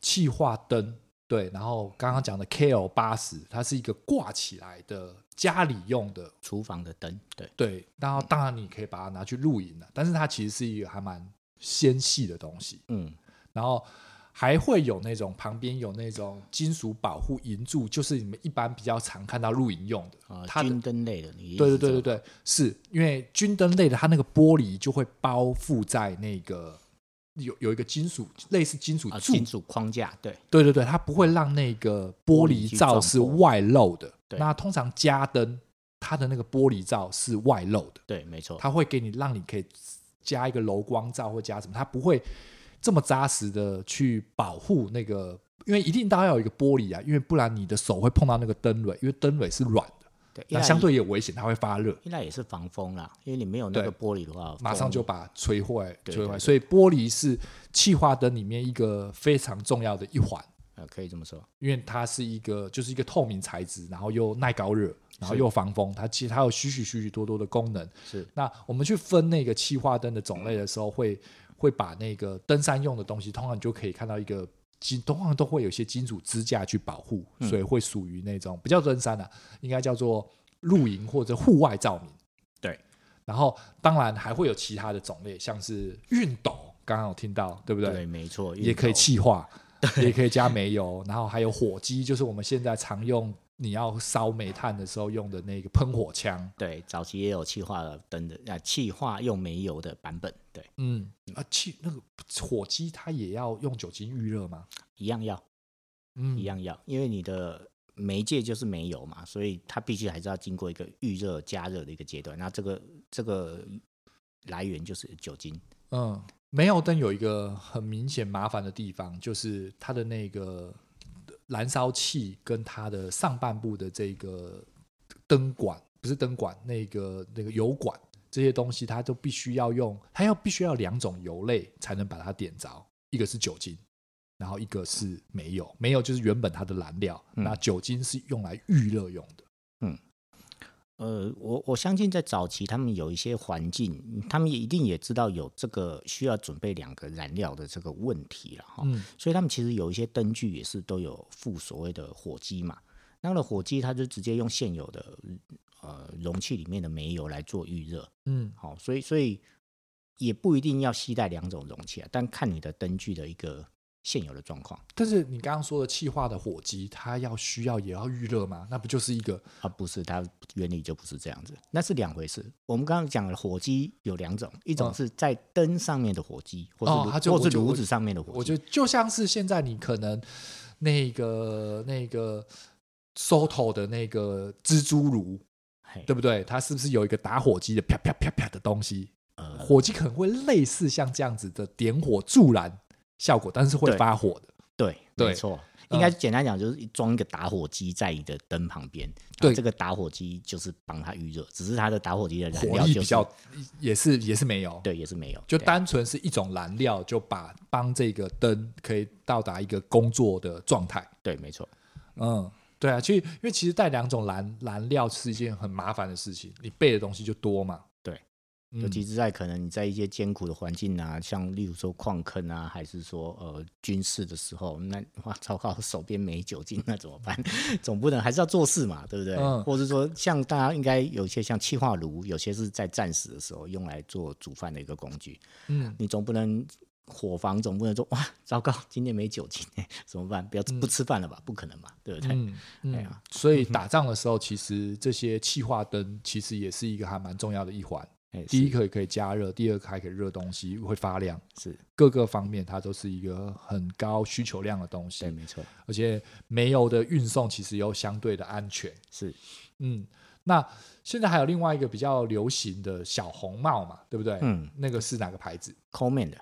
Speaker 1: 气化灯，对，然后刚刚讲的 KL 八十，它是一个挂起来的家里用的，
Speaker 2: 厨房的灯，对，
Speaker 1: 对。然后当然你可以把它拿去露营了，但是它其实是一个还蛮纤细的东西。
Speaker 2: 嗯，
Speaker 1: 然后还会有那种旁边有那种金属保护银柱，就是你们一般比较常看到露营用的，
Speaker 2: 啊、
Speaker 1: 它的
Speaker 2: 军灯类的，你
Speaker 1: 对对对对对，是因为军灯类的，它那个玻璃就会包覆在那个有有一个金属类似金属
Speaker 2: 啊，
Speaker 1: 柱，
Speaker 2: 金属框架，对，
Speaker 1: 对对对，它不会让那个
Speaker 2: 玻
Speaker 1: 玻
Speaker 2: 璃
Speaker 1: 璃
Speaker 2: 去
Speaker 1: 罩
Speaker 2: 撞
Speaker 1: 是
Speaker 2: 破
Speaker 1: 外露的。
Speaker 2: 对
Speaker 1: 那通常加灯，它的那个玻璃罩是外露的，
Speaker 2: 对，没错，
Speaker 1: 它会给你让你可以加一个柔光罩或加什么，它不会这么扎实的去保护那个，因为一定大家要有一个玻璃啊，因为不然你的手会碰到那个灯蕊，因为灯蕊是软的，
Speaker 2: 对，一
Speaker 1: 那
Speaker 2: 来
Speaker 1: 相
Speaker 2: 也
Speaker 1: 对也危险，它会发热。
Speaker 2: 一来也是防风啦，因为你没有那
Speaker 1: 对
Speaker 2: 个玻璃的话，
Speaker 1: 马上
Speaker 2: 风
Speaker 1: 就把摧毁，
Speaker 2: 对
Speaker 1: 摧
Speaker 2: 对
Speaker 1: 毁。
Speaker 2: 对
Speaker 1: 所以玻璃是气化灯里面一个非常重要的一环，
Speaker 2: 呃可以这么说，
Speaker 1: 因为它是一个就是一个透明材质，然后又耐高热，然后
Speaker 2: 是
Speaker 1: 又防风，它其实它有许许许许多多的功能。
Speaker 2: 是
Speaker 1: 那我们去分那个气化灯的种类的时候，会会把那个登山用的东西，通常你就可以看到一个金，通常都会有一些金属支架去保护，所以
Speaker 2: 嗯
Speaker 1: 会属于那种不叫登山啊，应该叫做露营或者户外照明。
Speaker 2: 对，
Speaker 1: 然后当然还会有其他的种类，像是熨斗，刚刚有听到，对不对？
Speaker 2: 对，没错，
Speaker 1: 也
Speaker 2: 熨
Speaker 1: 可以
Speaker 2: 斗
Speaker 1: 气化，也可以加煤油， 然后还有火机，就是我们现在常用。你要烧煤炭的时候用的那个喷火枪，
Speaker 2: 对，早期也有气化的灯的，啊，气化又没油的版本，对，
Speaker 1: 嗯，啊，气那个火鸡它也要用酒精预热吗？
Speaker 2: 一样要
Speaker 1: 嗯
Speaker 2: 一，样要，因为你的媒介就是没油嘛，所以它必须还是要经过一个预热加热的一个阶段。那这个这个来源就是酒精，
Speaker 1: 嗯，煤油灯有一个很明显麻烦的地方，就是它的那个燃烧器跟它的上半部的这个灯管，不是灯管，那个那个油管这些东西，它都必须要用，它要必须要两种油类才能把它点着，一个是酒精。然后一个是煤油，煤油就是原本它的燃料，
Speaker 2: 嗯
Speaker 1: 那酒精是用来预热用的。
Speaker 2: 呃，我我相信在早期，他们有一些环境，他们也一定也知道有这个需要准备两个燃料的这个问题了哈，
Speaker 1: 嗯
Speaker 2: 所以他们其实有一些灯具也是都有附所谓的火机嘛，那样的火机它就直接用现有的呃容器里面的煤油来做预热，
Speaker 1: 嗯，
Speaker 2: 好、所以所以也不一定要携带两种容器啊，但看你的灯具的一个现有的状况，
Speaker 1: 但是你刚刚说的气化的火机，它要需要也要预热吗？那不就是一个
Speaker 2: 而、不是它原理就不是这样子，那是两回事。我们刚刚讲的火机有两种，一种
Speaker 1: 嗯
Speaker 2: 是在灯上面的火机，或是
Speaker 1: 哦
Speaker 2: 炉、
Speaker 1: 它就
Speaker 2: 或
Speaker 1: 我
Speaker 2: 是
Speaker 1: 就
Speaker 2: 炉
Speaker 1: 我
Speaker 2: 子上面的火机，
Speaker 1: 我觉得就像是现在你可能那个那个 Soto 的那个蜘蛛炉，
Speaker 2: 嘿
Speaker 1: 对不对？它是不是有一个打火机的啪啪啪啪的东西？
Speaker 2: 呃
Speaker 1: 火机可能会类似像这样子的点火助燃效果，但是会
Speaker 2: 对
Speaker 1: 发火的。
Speaker 2: 对，
Speaker 1: 对
Speaker 2: 没错。
Speaker 1: 嗯
Speaker 2: 应该简单讲，就是装一个打火机在你的灯旁边，然后
Speaker 1: 对
Speaker 2: 这个打火机就是帮它预热，只是它的打火机的燃
Speaker 1: 火
Speaker 2: 料
Speaker 1: 力
Speaker 2: 就是
Speaker 1: 比较也是也是没有，
Speaker 2: 对，也是没有，
Speaker 1: 就
Speaker 2: 对
Speaker 1: 单纯是一种燃料，就把帮这个灯可以到达一个工作的状态。
Speaker 2: 对，没错，
Speaker 1: 嗯，对啊，其实因为其实带两种燃燃料是一件很麻烦的事情，你备的东西就多嘛。
Speaker 2: 对
Speaker 1: 嗯，
Speaker 2: 尤其是在可能你在一些艰苦的环境啊，像例如说矿坑啊，还是说呃军事的时候，那哇糟糕，手边没酒精，那怎么办？ 总不能还是要做事嘛，对不对？
Speaker 1: 嗯
Speaker 2: 或者说像大家应该有些像气化炉，有些是在战时的时候用来做煮饭的一个工具，
Speaker 1: 嗯，
Speaker 2: 你总不能。伙房总不能说哇，糟糕，今天没酒精 哎，怎么办？不要不吃饭了吧？不可能嘛，对不对？
Speaker 1: 嗯
Speaker 2: 哎
Speaker 1: 嗯
Speaker 2: 呀，
Speaker 1: 所 以打仗的时候，其实这些气化灯其实也是一个还蛮重要的一环。
Speaker 2: 哎
Speaker 1: 第一
Speaker 2: 是
Speaker 1: 个也可以加热，第二个还可以热东西，会发亮，
Speaker 2: 是
Speaker 1: 各个方面它都是一个很高需求量的东
Speaker 2: 对，
Speaker 1: 西，
Speaker 2: 没错，
Speaker 1: 而且煤油的运送其实又相对的安全。
Speaker 2: 是
Speaker 1: 嗯，那现在还有另外一个比较流行的小红帽嘛，对不对？
Speaker 2: 嗯，
Speaker 1: 那个是哪个牌子？
Speaker 2: 抠面的，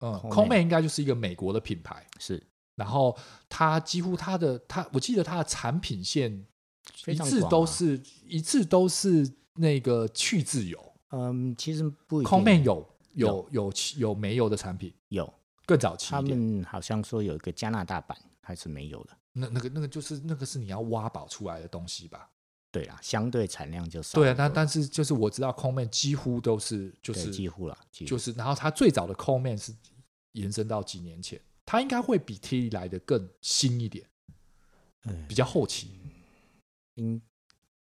Speaker 1: 嗯
Speaker 2: Coleman
Speaker 1: ，Coleman 应该就是一个美国的品牌，
Speaker 2: 是
Speaker 1: 然后它几乎它的它，我记得它的产品线
Speaker 2: 非
Speaker 1: 一
Speaker 2: 常
Speaker 1: 致
Speaker 2: 广
Speaker 1: 都
Speaker 2: 啊
Speaker 1: 是、一致都是那个去渍油
Speaker 2: 嗯，其实不一定
Speaker 1: ，Coleman 有有有汽有煤油的产品，
Speaker 2: 有，
Speaker 1: 更早期
Speaker 2: 他
Speaker 1: 一点。
Speaker 2: 们好像说有一个加拿大版还是没有的。
Speaker 1: 那那个那个就是那个是你要挖宝出来的东西吧？
Speaker 2: 对啦，相对产量就少
Speaker 1: 对啊
Speaker 2: 很，多。
Speaker 1: 但但是就是我知道 Coleman 几乎都是就
Speaker 2: 对
Speaker 1: 是
Speaker 2: 几乎了，几乎
Speaker 1: 就是，然后它最早的 Coleman 是延伸到几年前，它应该会比 T 来的更新一点，
Speaker 2: 嗯
Speaker 1: 比较后期。
Speaker 2: 应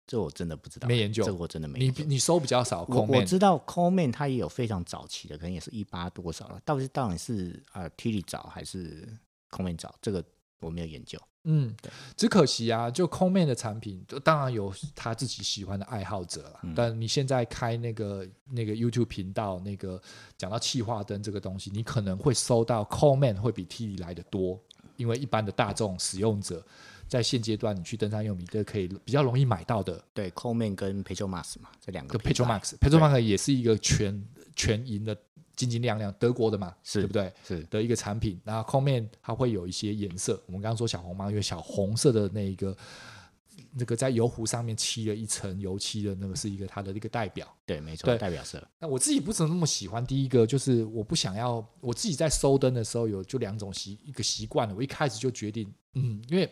Speaker 2: 这我真的不知道，
Speaker 1: 没研究
Speaker 2: 这我真的没
Speaker 1: 你
Speaker 2: 研究。
Speaker 1: 你收比较少
Speaker 2: 我我
Speaker 1: Coleman，
Speaker 2: 知道 Coleman 它也有非常早期的，可能也是一八多少了，到底到底是呃 Tilly 早还是 Coleman 早，这个我没有研究。
Speaker 1: 嗯，只可惜啊，就 Coleman 的产品，就当然有他自己喜欢的爱好者啦。但你现在开那个那个 YouTube 频道，那个讲到气化灯这个东西，你可能会收到 Coleman 会比 T 来的多，因为一般的大众使用者，在现阶段你去登山用品这可以比较容易买到的
Speaker 2: 对 c o m a n 跟 p e t r o m a x 嘛，这两个
Speaker 1: 就
Speaker 2: 品牌
Speaker 1: Petromax，Petromax 也是一个全全银的晶晶亮亮，德国的嘛，
Speaker 2: 是
Speaker 1: 对不对？
Speaker 2: 是
Speaker 1: 的一个产品，那后面它会有一些颜色。我们刚刚说小红嘛，因为小红色的那一个，那个在油壶上面漆了一层油漆的那个是一个它的一个代表。
Speaker 2: 对，没错，
Speaker 1: 对
Speaker 2: 代表色
Speaker 1: 那我自己不是那么喜欢。第一个就是我不想要，我自己在收灯的时候有就两种习一个习惯了。我一开始就决定，嗯，因为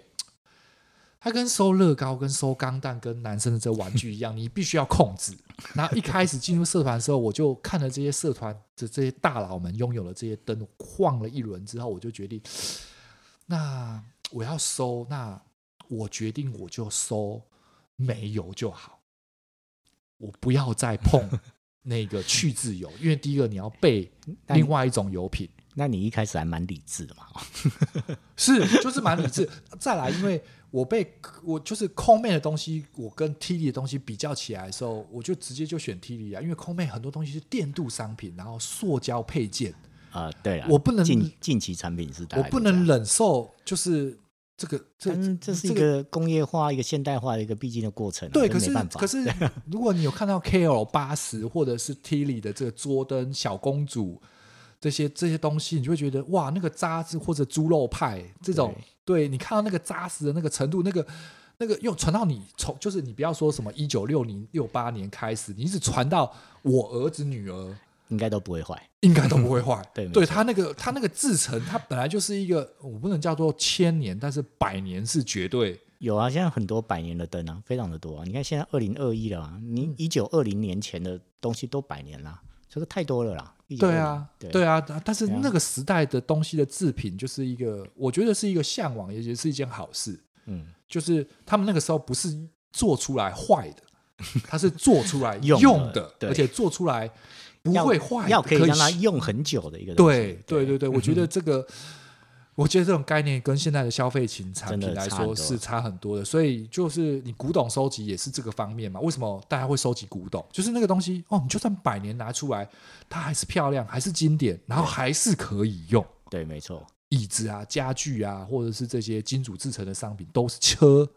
Speaker 1: 它跟收乐高、跟收钢弹、跟男生的这玩具一样，你必须要控制。那一开始进入社团的时候，我就看了这些社团的这些大佬们拥有了这些灯，晃了一轮之后，我就决定，那我要收，那我决定我就收煤油就好，我不要再碰那个去渍油，因为第一个你要备
Speaker 2: 但
Speaker 1: 另外一种油品，
Speaker 2: 那你一开始还蛮理智的嘛，哦
Speaker 1: 是就是蛮理智。再来，因为我被我就是空妹的东西，我跟 T 力的东西比较起来的时候，我就直接就选 T 力啊，因为空妹很多东西是电镀商品，然后塑胶配件，
Speaker 2: 啊，对啊，
Speaker 1: 我不能
Speaker 2: 近近期产品是大
Speaker 1: 我
Speaker 2: 概
Speaker 1: 不
Speaker 2: 都这样
Speaker 1: 能，忍受就是这个这
Speaker 2: 但是这是一
Speaker 1: 个。
Speaker 2: 个工业化、一个现代化的一个必经的过程啊，
Speaker 1: 对，
Speaker 2: 这
Speaker 1: 可
Speaker 2: 没
Speaker 1: 是
Speaker 2: 办法
Speaker 1: 可 是，如果你有看到 KL 八十或者是 Tilly 的这个桌灯、小公主这些这些东西，你就会觉得哇，那个渣子或者猪肉派这种，对你看到那个扎实的那个程度，那个那个又传到你从，就是你不要说什么一九六零六八年开始，你一直传到我儿子女儿，
Speaker 2: 应该都不会坏，。
Speaker 1: 应该都不会坏
Speaker 2: 对没
Speaker 1: 对
Speaker 2: 错
Speaker 1: 它那个它那个制成，它本来就是一个我不能叫做千年，但是百年是绝对。
Speaker 2: 有啊，现在很多百年的灯啊，非常的多啊。你看现在二零二一了啊，
Speaker 1: 嗯
Speaker 2: 你一九二零年前的东西都百年啦，这个太多了啦。1920
Speaker 1: 对啊，
Speaker 2: 对
Speaker 1: 对啊，但是
Speaker 2: 对啊
Speaker 1: 那个时代的东西的制品，就是一个我觉得是一个向往，也也是一件好事。
Speaker 2: 嗯，
Speaker 1: 就是他们那个时候不是做出来坏 的，它是做出来
Speaker 2: 用的
Speaker 1: 用的，
Speaker 2: 对
Speaker 1: 而且做出来啊不
Speaker 2: 要
Speaker 1: 会坏的，
Speaker 2: 要可以
Speaker 1: 可
Speaker 2: 让它用很久的一个嗯东西
Speaker 1: 对对对对，我觉得这个，我觉得这种概念跟现在的消费型产
Speaker 2: 真
Speaker 1: 品
Speaker 2: 的
Speaker 1: 来
Speaker 2: 差很
Speaker 1: 说
Speaker 2: 多
Speaker 1: 是差很多的，所以就是你古董收集也是这个方面嘛。为什么大家会收集古董？就是那个东西哦，你就算百年拿出来，它还是漂亮，还是经典，然后还是可以用。
Speaker 2: 对，没错，
Speaker 1: 椅子啊、家具啊，或者是这些金属制成的商品，都是车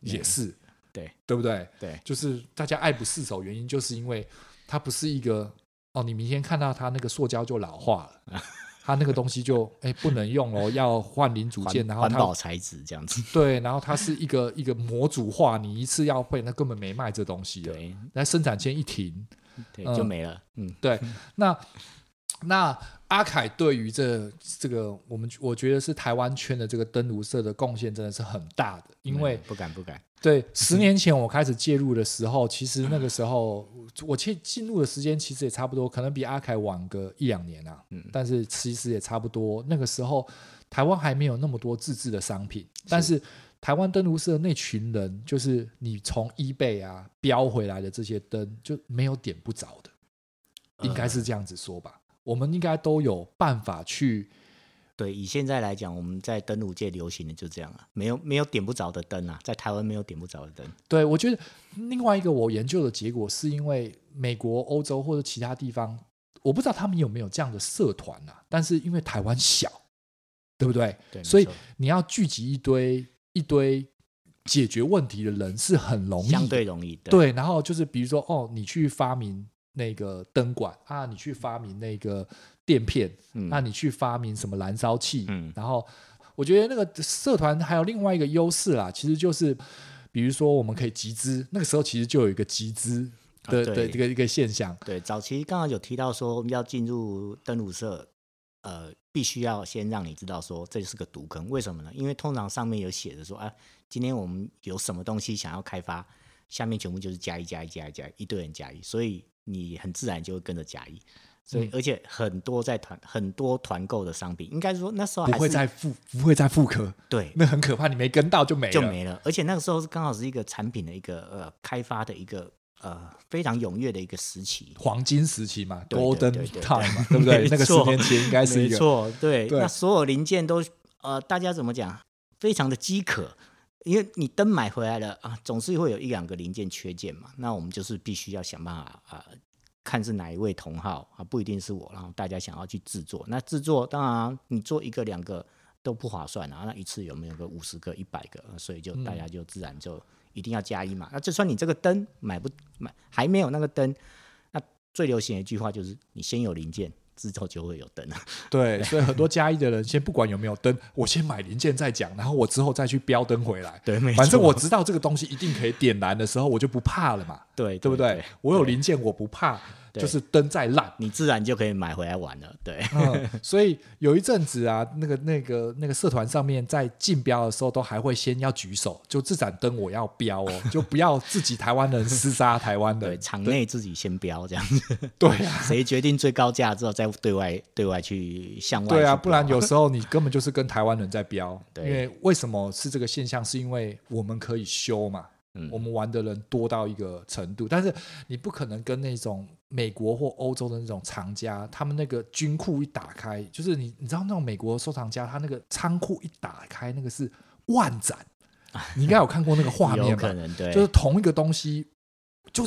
Speaker 1: 也是，
Speaker 2: 对
Speaker 1: 对不对？
Speaker 2: 对
Speaker 1: 就是大家爱不释手，原因就是因为它不是一个哦，你明天看到它那个塑胶就老化 了，它那个东西就哎不能用哦，要换零组
Speaker 2: 环
Speaker 1: 件，然后
Speaker 2: 环保
Speaker 1: 它
Speaker 2: 材质这样子，
Speaker 1: 对，然后它是一个一 个模组化，你一次要会，那根本没卖这东西了。
Speaker 2: 对
Speaker 1: 那生产线一停，
Speaker 2: 对，
Speaker 1: 嗯
Speaker 2: 就没了。嗯，
Speaker 1: 对，那那阿凯对于这这个我们我觉得是台湾圈的这个灯炉社的贡献真的是很大的，因为
Speaker 2: 嗯不敢不敢，
Speaker 1: 对，十年前我开始介入的时候，其实那个时候我去进入的时间其实也差不多，可能比阿凯晚个一两年啊。
Speaker 2: 嗯
Speaker 1: 但是其实也差不多。那个时候台湾还没有那么多自制的商品，但是台湾灯炉社那群人，就是你从 eBay 啊标回来的这些灯，就没有点不着的，
Speaker 2: 嗯
Speaker 1: 应
Speaker 2: 呃
Speaker 1: 该是这样子说吧。我们应该都有办法去
Speaker 2: 对，以现在来讲，我们在灯炉界流行的就这样啊，没有没有点不着的灯啊，在台湾没有点不着的灯。
Speaker 1: 对，我觉得另外一个我研究的结果，是因为美国、欧洲或者其他地方，我不知道他们有没有这样的社团啊。但是因为台湾小，对不对？
Speaker 2: 对，没
Speaker 1: 所以
Speaker 2: 错
Speaker 1: 你要聚集一堆一堆解决问题的人是很容易的
Speaker 2: 相对容易的。
Speaker 1: 对，然后就是比如说，哦，你去发明那个灯管啊，你去发明那个垫片，
Speaker 2: 嗯
Speaker 1: 那你去发明什么燃烧器，
Speaker 2: 嗯
Speaker 1: 然后我觉得那个社团还有另外一个优势啦，其实就是比如说我们可以集资，那个时候其实就有一个集资
Speaker 2: 啊
Speaker 1: 的、
Speaker 2: 对
Speaker 1: 的这个一个现象，
Speaker 2: 对，早期刚刚有提到说要进入登录社，呃，必须要先让你知道说这是个毒坑，为什么呢？因为通常上面有写着说，啊，今天我们有什么东西想要开发，下面全部就是加一加一加一加一，一堆人加一，所以你很自然就会跟着加一。所
Speaker 1: 嗯
Speaker 2: 以，而且很多在团很多团购的商品，应该说那时候
Speaker 1: 不
Speaker 2: 还
Speaker 1: 会
Speaker 2: 是
Speaker 1: 再复不会再复刻，
Speaker 2: 对
Speaker 1: 那很可怕，你没跟到就没了，
Speaker 2: 就没了。而且那个时候是刚好是一个产品的一个呃开发的一个呃非常踊跃的一个时期，
Speaker 1: 黄金时期嘛
Speaker 2: 对对
Speaker 1: ，Golden
Speaker 2: 对对
Speaker 1: Time 嘛，对不 对？
Speaker 2: 没
Speaker 1: 那个十
Speaker 2: 错
Speaker 1: 年前应该是一
Speaker 2: 没
Speaker 1: 个
Speaker 2: 错，对，
Speaker 1: 对
Speaker 2: 那所有零件都呃，大家怎么讲，非常的饥渴，因为你灯买回来了啊，总是会有一两个零件缺件嘛，那我们就是必须要想办法啊、呃看是哪一位同号啊，不一定是我，然后大家想要去制作，那制作当然你做一个两个。都不划算啊。那一次有没有个五十个、一百个，啊所以就大家就自然就一定要加一嘛。那就算你这个灯买不买还没有那个灯，那最流行的一句话就是你先有零件，之后就会有灯啊。
Speaker 1: 对，所以很多加一的人先不管有没有灯，我先买零件再讲，然后我之后再去标灯回来。
Speaker 2: 对没
Speaker 1: 反正
Speaker 2: 错
Speaker 1: 我知道这个东西一定可以点燃的时候，我就不怕了嘛，
Speaker 2: 对
Speaker 1: 对不对？我有零件，我不怕，就是灯再烂。
Speaker 2: 你自然就可以买回来玩了。对，
Speaker 1: 嗯， 所以有一阵子啊，那个、那个、那个社团上面在竞标的时候，都还会先要举手，就这盏灯我要标哦，就不要自己台湾人厮杀台湾
Speaker 2: 对，
Speaker 1: 人。
Speaker 2: 场内自己先标这样子，
Speaker 1: 对啊，
Speaker 2: 谁决定最高价之后再对外对外去向外去标。
Speaker 1: 对啊，不然有时候你根本就是跟台湾人在标。因
Speaker 2: 对
Speaker 1: 为为什么是这个现象？是因为我们可以修嘛，
Speaker 2: 嗯
Speaker 1: 我们玩的人多到一个程度，但是你不可能跟那种美国或欧洲的那种藏家，他们那个军库一打开，就是你你知道那种美国收藏家，他那个仓库一打开，那个是万 盏，你应该有看过那个画
Speaker 2: 有
Speaker 1: 面吧
Speaker 2: 可？能对，
Speaker 1: 就是同一个东西就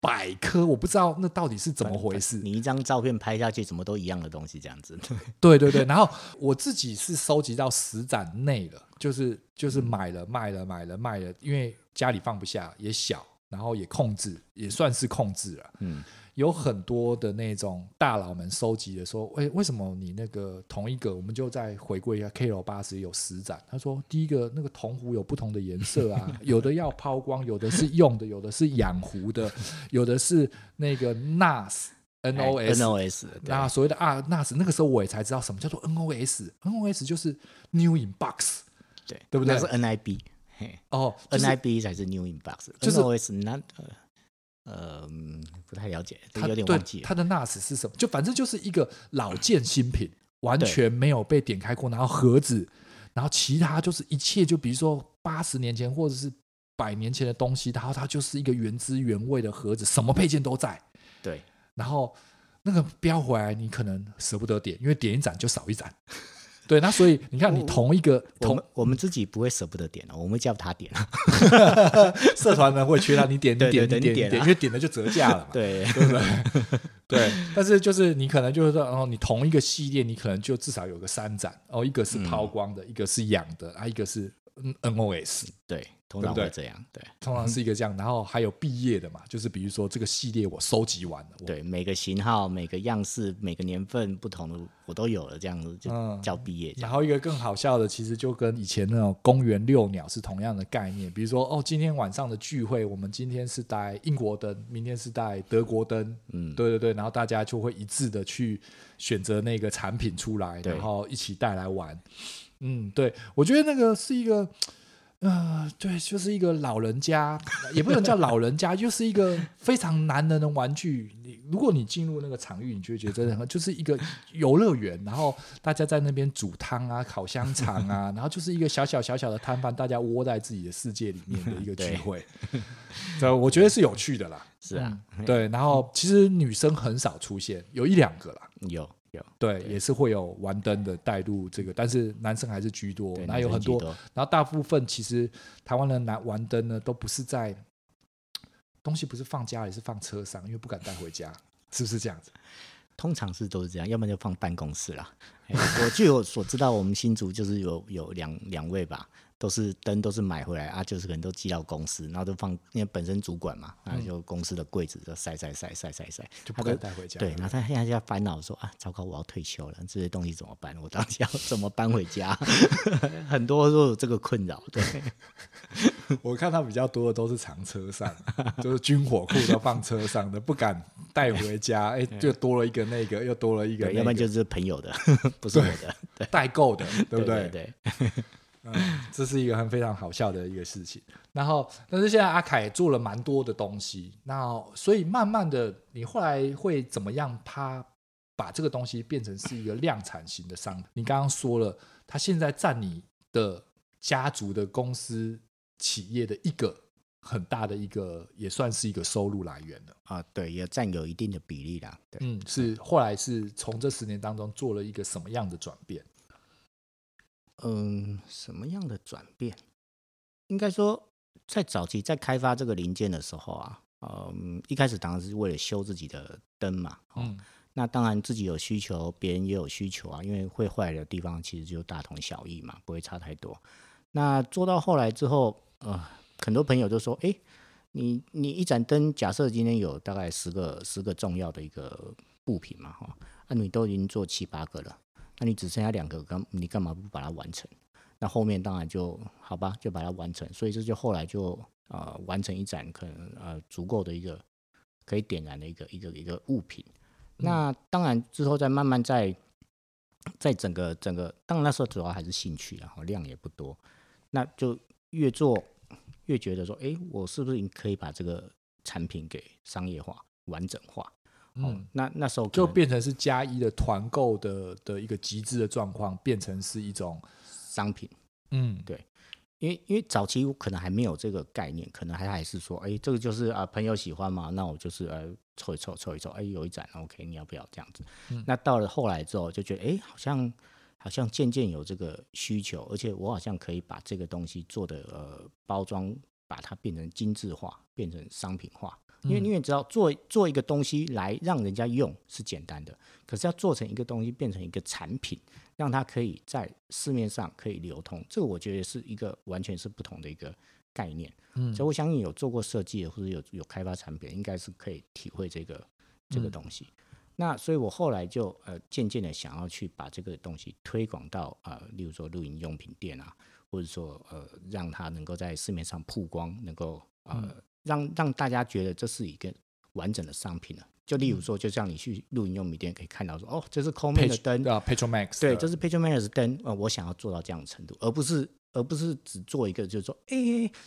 Speaker 1: 百颗，我不知道那到底是怎么回事。
Speaker 2: 你一张照片拍下去，怎么都一样的东西这样子。
Speaker 1: 对对对，然后我自己是收集到十盏内了，就是就是买了卖了买了卖了，因为家里放不下，也小，然后也控制，也算是控制了。
Speaker 2: 嗯，
Speaker 1: 有很多的那种大佬们收集的说，哎、为什么你那个同一个，我们就再回归一下 K 楼八十有十盏，他说第一个那个铜壶有不同的颜色 啊，有的要抛光，有的是用的，有的是养壶的，有的是那个 NAS。N O S
Speaker 2: NOS 对
Speaker 1: 那所谓的啊 NAS，那个时候我也才知道什么叫做 NOS，NOS 就是 New in Box
Speaker 2: 对
Speaker 1: 对不对
Speaker 2: 那是 NIB，嘿
Speaker 1: 哦，就是
Speaker 2: ，NIB 才是 New Inbox，
Speaker 1: 就是
Speaker 2: NOS 那呃呃嗯不太了解，这
Speaker 1: 它
Speaker 2: 有点
Speaker 1: 对
Speaker 2: 忘记了。
Speaker 1: 它的 NAS 是什么，就反正就是一个老件新品，完全没有被点开过，然后盒子，然后其他就是一切就比如说八十年前或者是百年前的东西，然后它就是一个原汁原味的盒子，什么配件都在，
Speaker 2: 对，
Speaker 1: 然后那个标回来你可能舍不得点，因为点一盏就少一盏。对，那所以你看，你同一个
Speaker 2: 哦我
Speaker 1: 同
Speaker 2: 们我们自己不会舍不得点了，啊我们会叫他点了。
Speaker 1: 社团呢会缺到你点你
Speaker 2: 对
Speaker 1: 点你
Speaker 2: 对对
Speaker 1: 点你点，
Speaker 2: 你点啊
Speaker 1: 因为点了就折价了嘛。
Speaker 2: 对，
Speaker 1: 对，但是就是你可能就是说，哦，你同一个系列，你可能就至少有个三盏哦，一个是抛光的，一个是养的，啊，一个是 N N O S，
Speaker 2: 对，通
Speaker 1: 对不
Speaker 2: 常
Speaker 1: 对
Speaker 2: 会这样。对
Speaker 1: 通常是一个这样，然后还有毕业的嘛，就是比如说这个系列我收集完了，我
Speaker 2: 对，每个型号、每个样式、每个年份不同的，我都有了，这样子
Speaker 1: 嗯
Speaker 2: 就叫毕业这
Speaker 1: 然
Speaker 2: 样。
Speaker 1: 后一个更好笑的，其实就跟以前那种公园遛鸟是同样的概念。比如说，哦，今天晚上的聚会，我们今天是带英国灯，明天是带德国灯，嗯，对对对，然后大家就会一致的去选择那个产品出来，
Speaker 2: 对
Speaker 1: 然后一起带来玩。嗯，对，我觉得那个是一个。呃，对，就是一个老人家，也不能叫老人家， 就是一个非常男人的玩具。你如果你进入那个场域，你就会觉得真的很就是一个游乐园，然后大家在那边煮汤啊、烤香肠啊，然后就是一个小小小小的摊贩，大家窝在自己的世界里面的一个聚会。对，我觉得是有趣的啦。
Speaker 2: 是啊，
Speaker 1: 对，然后其实女生很少出现，有一两个啦。
Speaker 2: 有有，
Speaker 1: 对，也是会有玩灯的带入这个，但是男生还是居多，
Speaker 2: 对
Speaker 1: 然后有很多
Speaker 2: 男生居多，
Speaker 1: 然后大部分其实台湾人拿玩灯呢，都不是在东西不是放家里，是放车上，因为不敢带回家，是不是这样子？
Speaker 2: 通常是都是这样，要不然就放办公室啦。哎 我据我所知道，我们新竹就是有有两两位吧，都是灯都是买回来啊，就是可能都寄到公司，然后都放，因为本身主管嘛，
Speaker 1: 嗯
Speaker 2: 然后就公司的柜子就晒晒晒晒晒晒，
Speaker 1: 就不
Speaker 2: 他
Speaker 1: 敢
Speaker 2: 都
Speaker 1: 带回家。
Speaker 2: 对，然后他现在就在烦恼说啊，糟糕，我要退休了，这些东西怎么办？我到底要 怎么搬回家？ 很多都有这个困扰，对，
Speaker 1: 我看他比较多的都是藏车上， 就是军火库都放车上的，不敢带回家。 哎，就多了一个那个，又多了一个
Speaker 2: 对
Speaker 1: 那个，
Speaker 2: 要不然就是朋友的， 不是我的，
Speaker 1: 代购的，对不
Speaker 2: 对对，
Speaker 1: 嗯，这是一个很非常好笑的一个事情。然后，但是现在阿凯也做了蛮多的东西，那所以慢慢的，你后来会怎么样？他把这个东西变成是一个量产型的商品。你刚刚说了，他现在占你的家族的公司企业的一个很大的一个，也算是一个收入来源了。
Speaker 2: 啊，对，也占有一定的比例啦，对。
Speaker 1: 嗯，是后来是从这十年当中做了一个什么样的转变？
Speaker 2: 嗯，什么样的转变？应该说，在早期在开发这个零件的时候啊，嗯，一开始当然是为了修自己的灯嘛，哦，
Speaker 1: 嗯，
Speaker 2: 那当然自己有需求，别人也有需求啊，因为会坏的地方其实就大同小异嘛，不会差太多。那做到后来之后，呃，很多朋友就说，诶，你你一盏灯，假设今天有大概十个十个重要的一个布品嘛，哈，那、你都已经做七八个了，那你只剩下两个，干你干嘛不把它完成？那后面当然就好吧，就把它完成。所以这就后来就呃完成一盏可能呃足够的一个可以点燃的一个一个一个物品。
Speaker 1: 嗯
Speaker 2: 那当然之后再慢慢在在整个整个，当然那时候主要还是兴趣啊，然后量也不多，那就越做越觉得说，诶，我是不是可以把这个产品给商业化、完整化？哦
Speaker 1: 嗯，
Speaker 2: 那那时候可
Speaker 1: 就
Speaker 2: 能
Speaker 1: 变成是加一的团购的的一个极致的状况，变成是一种
Speaker 2: 商品。
Speaker 1: 嗯
Speaker 2: 因为因为早期我可能还没有这个概念，可能还还是说，哎，这个就是啊、朋友喜欢嘛，那我就是呃凑一凑凑一凑，哎有一盏 OK，你要不要这样子？那到了后来之后就觉得，哎，好像好像渐渐有这个需求，而且我好像可以把这个东西做的呃包装，把它变成精致化，变成商品化。因为因为你知道做做一个东西来让人家用是简单的，可是要做成一个东西变成一个产品，让它可以在市面上可以流通，这个我觉得是一个完全是不同的一个概念。
Speaker 1: 嗯
Speaker 2: 所以我相信有做过设计的或者有有开发产品，应该是可以体会这个这个东西。那所以我后来就呃渐渐的想要去把这个东西推广到呃，例如说露营用品店啊，或者说呃让它能够在市面上曝光，能够呃、让让大家觉得这是一个完整的商品了、就例如说，就像你去露营用品店可以看到说，哦，这是 Coleman 的灯，
Speaker 1: 啊 p e t r o Max
Speaker 2: 对，
Speaker 1: 的
Speaker 2: 这是 Page Manners 灯，呃，我想要做到这样的程度，而不是而不是只做一个，就是说，哎、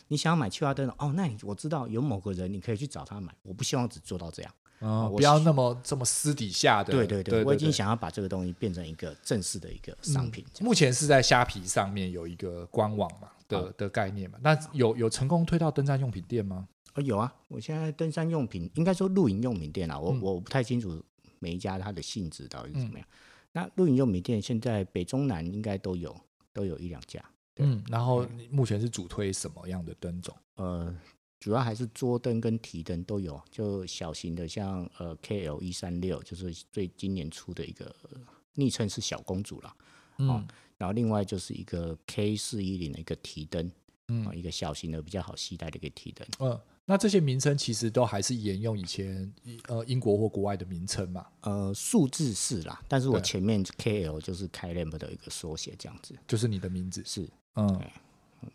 Speaker 2: 你想要买气化灯了哦，那你我知道有某个人，你可以去找他买，我不希望只做到这样。
Speaker 1: 嗯，
Speaker 2: 我
Speaker 1: 不要那么这么私底下的，
Speaker 2: 对
Speaker 1: 对
Speaker 2: 对对，嗯我已经想要把这个东西变成一个正式的一个商品，这样
Speaker 1: 目前是在虾皮上面有一个官网嘛的的概念嘛，那有有成功推到登山用品店吗？
Speaker 2: 哦，有啊，我现在登山用品，应该说露营用品店啊，我、我不太清楚每一家它的性质到底是怎么样。那露营用品店现在北中南应该都有，都有一两家。对
Speaker 1: 嗯，然后你目前是主推什么样的灯种？
Speaker 2: 呃，主要还是桌灯跟提灯都有，就小型的像呃 KL 一三六，就是最今年出的一个呃昵称是小公主啦。
Speaker 1: 嗯
Speaker 2: 然后另外就是一个 K 四一零的一个提灯，
Speaker 1: 嗯
Speaker 2: 啊一个小型的比较好携带的一个提灯。
Speaker 1: 嗯，那这些名称其实都还是沿用以前呃英国或国外的名称嘛，
Speaker 2: 呃，数字是啦，但是我
Speaker 1: 对
Speaker 2: 前面 KL 就是开 lamp 的一个缩写，这样子
Speaker 1: 就是你的名字。
Speaker 2: 是
Speaker 1: 嗯，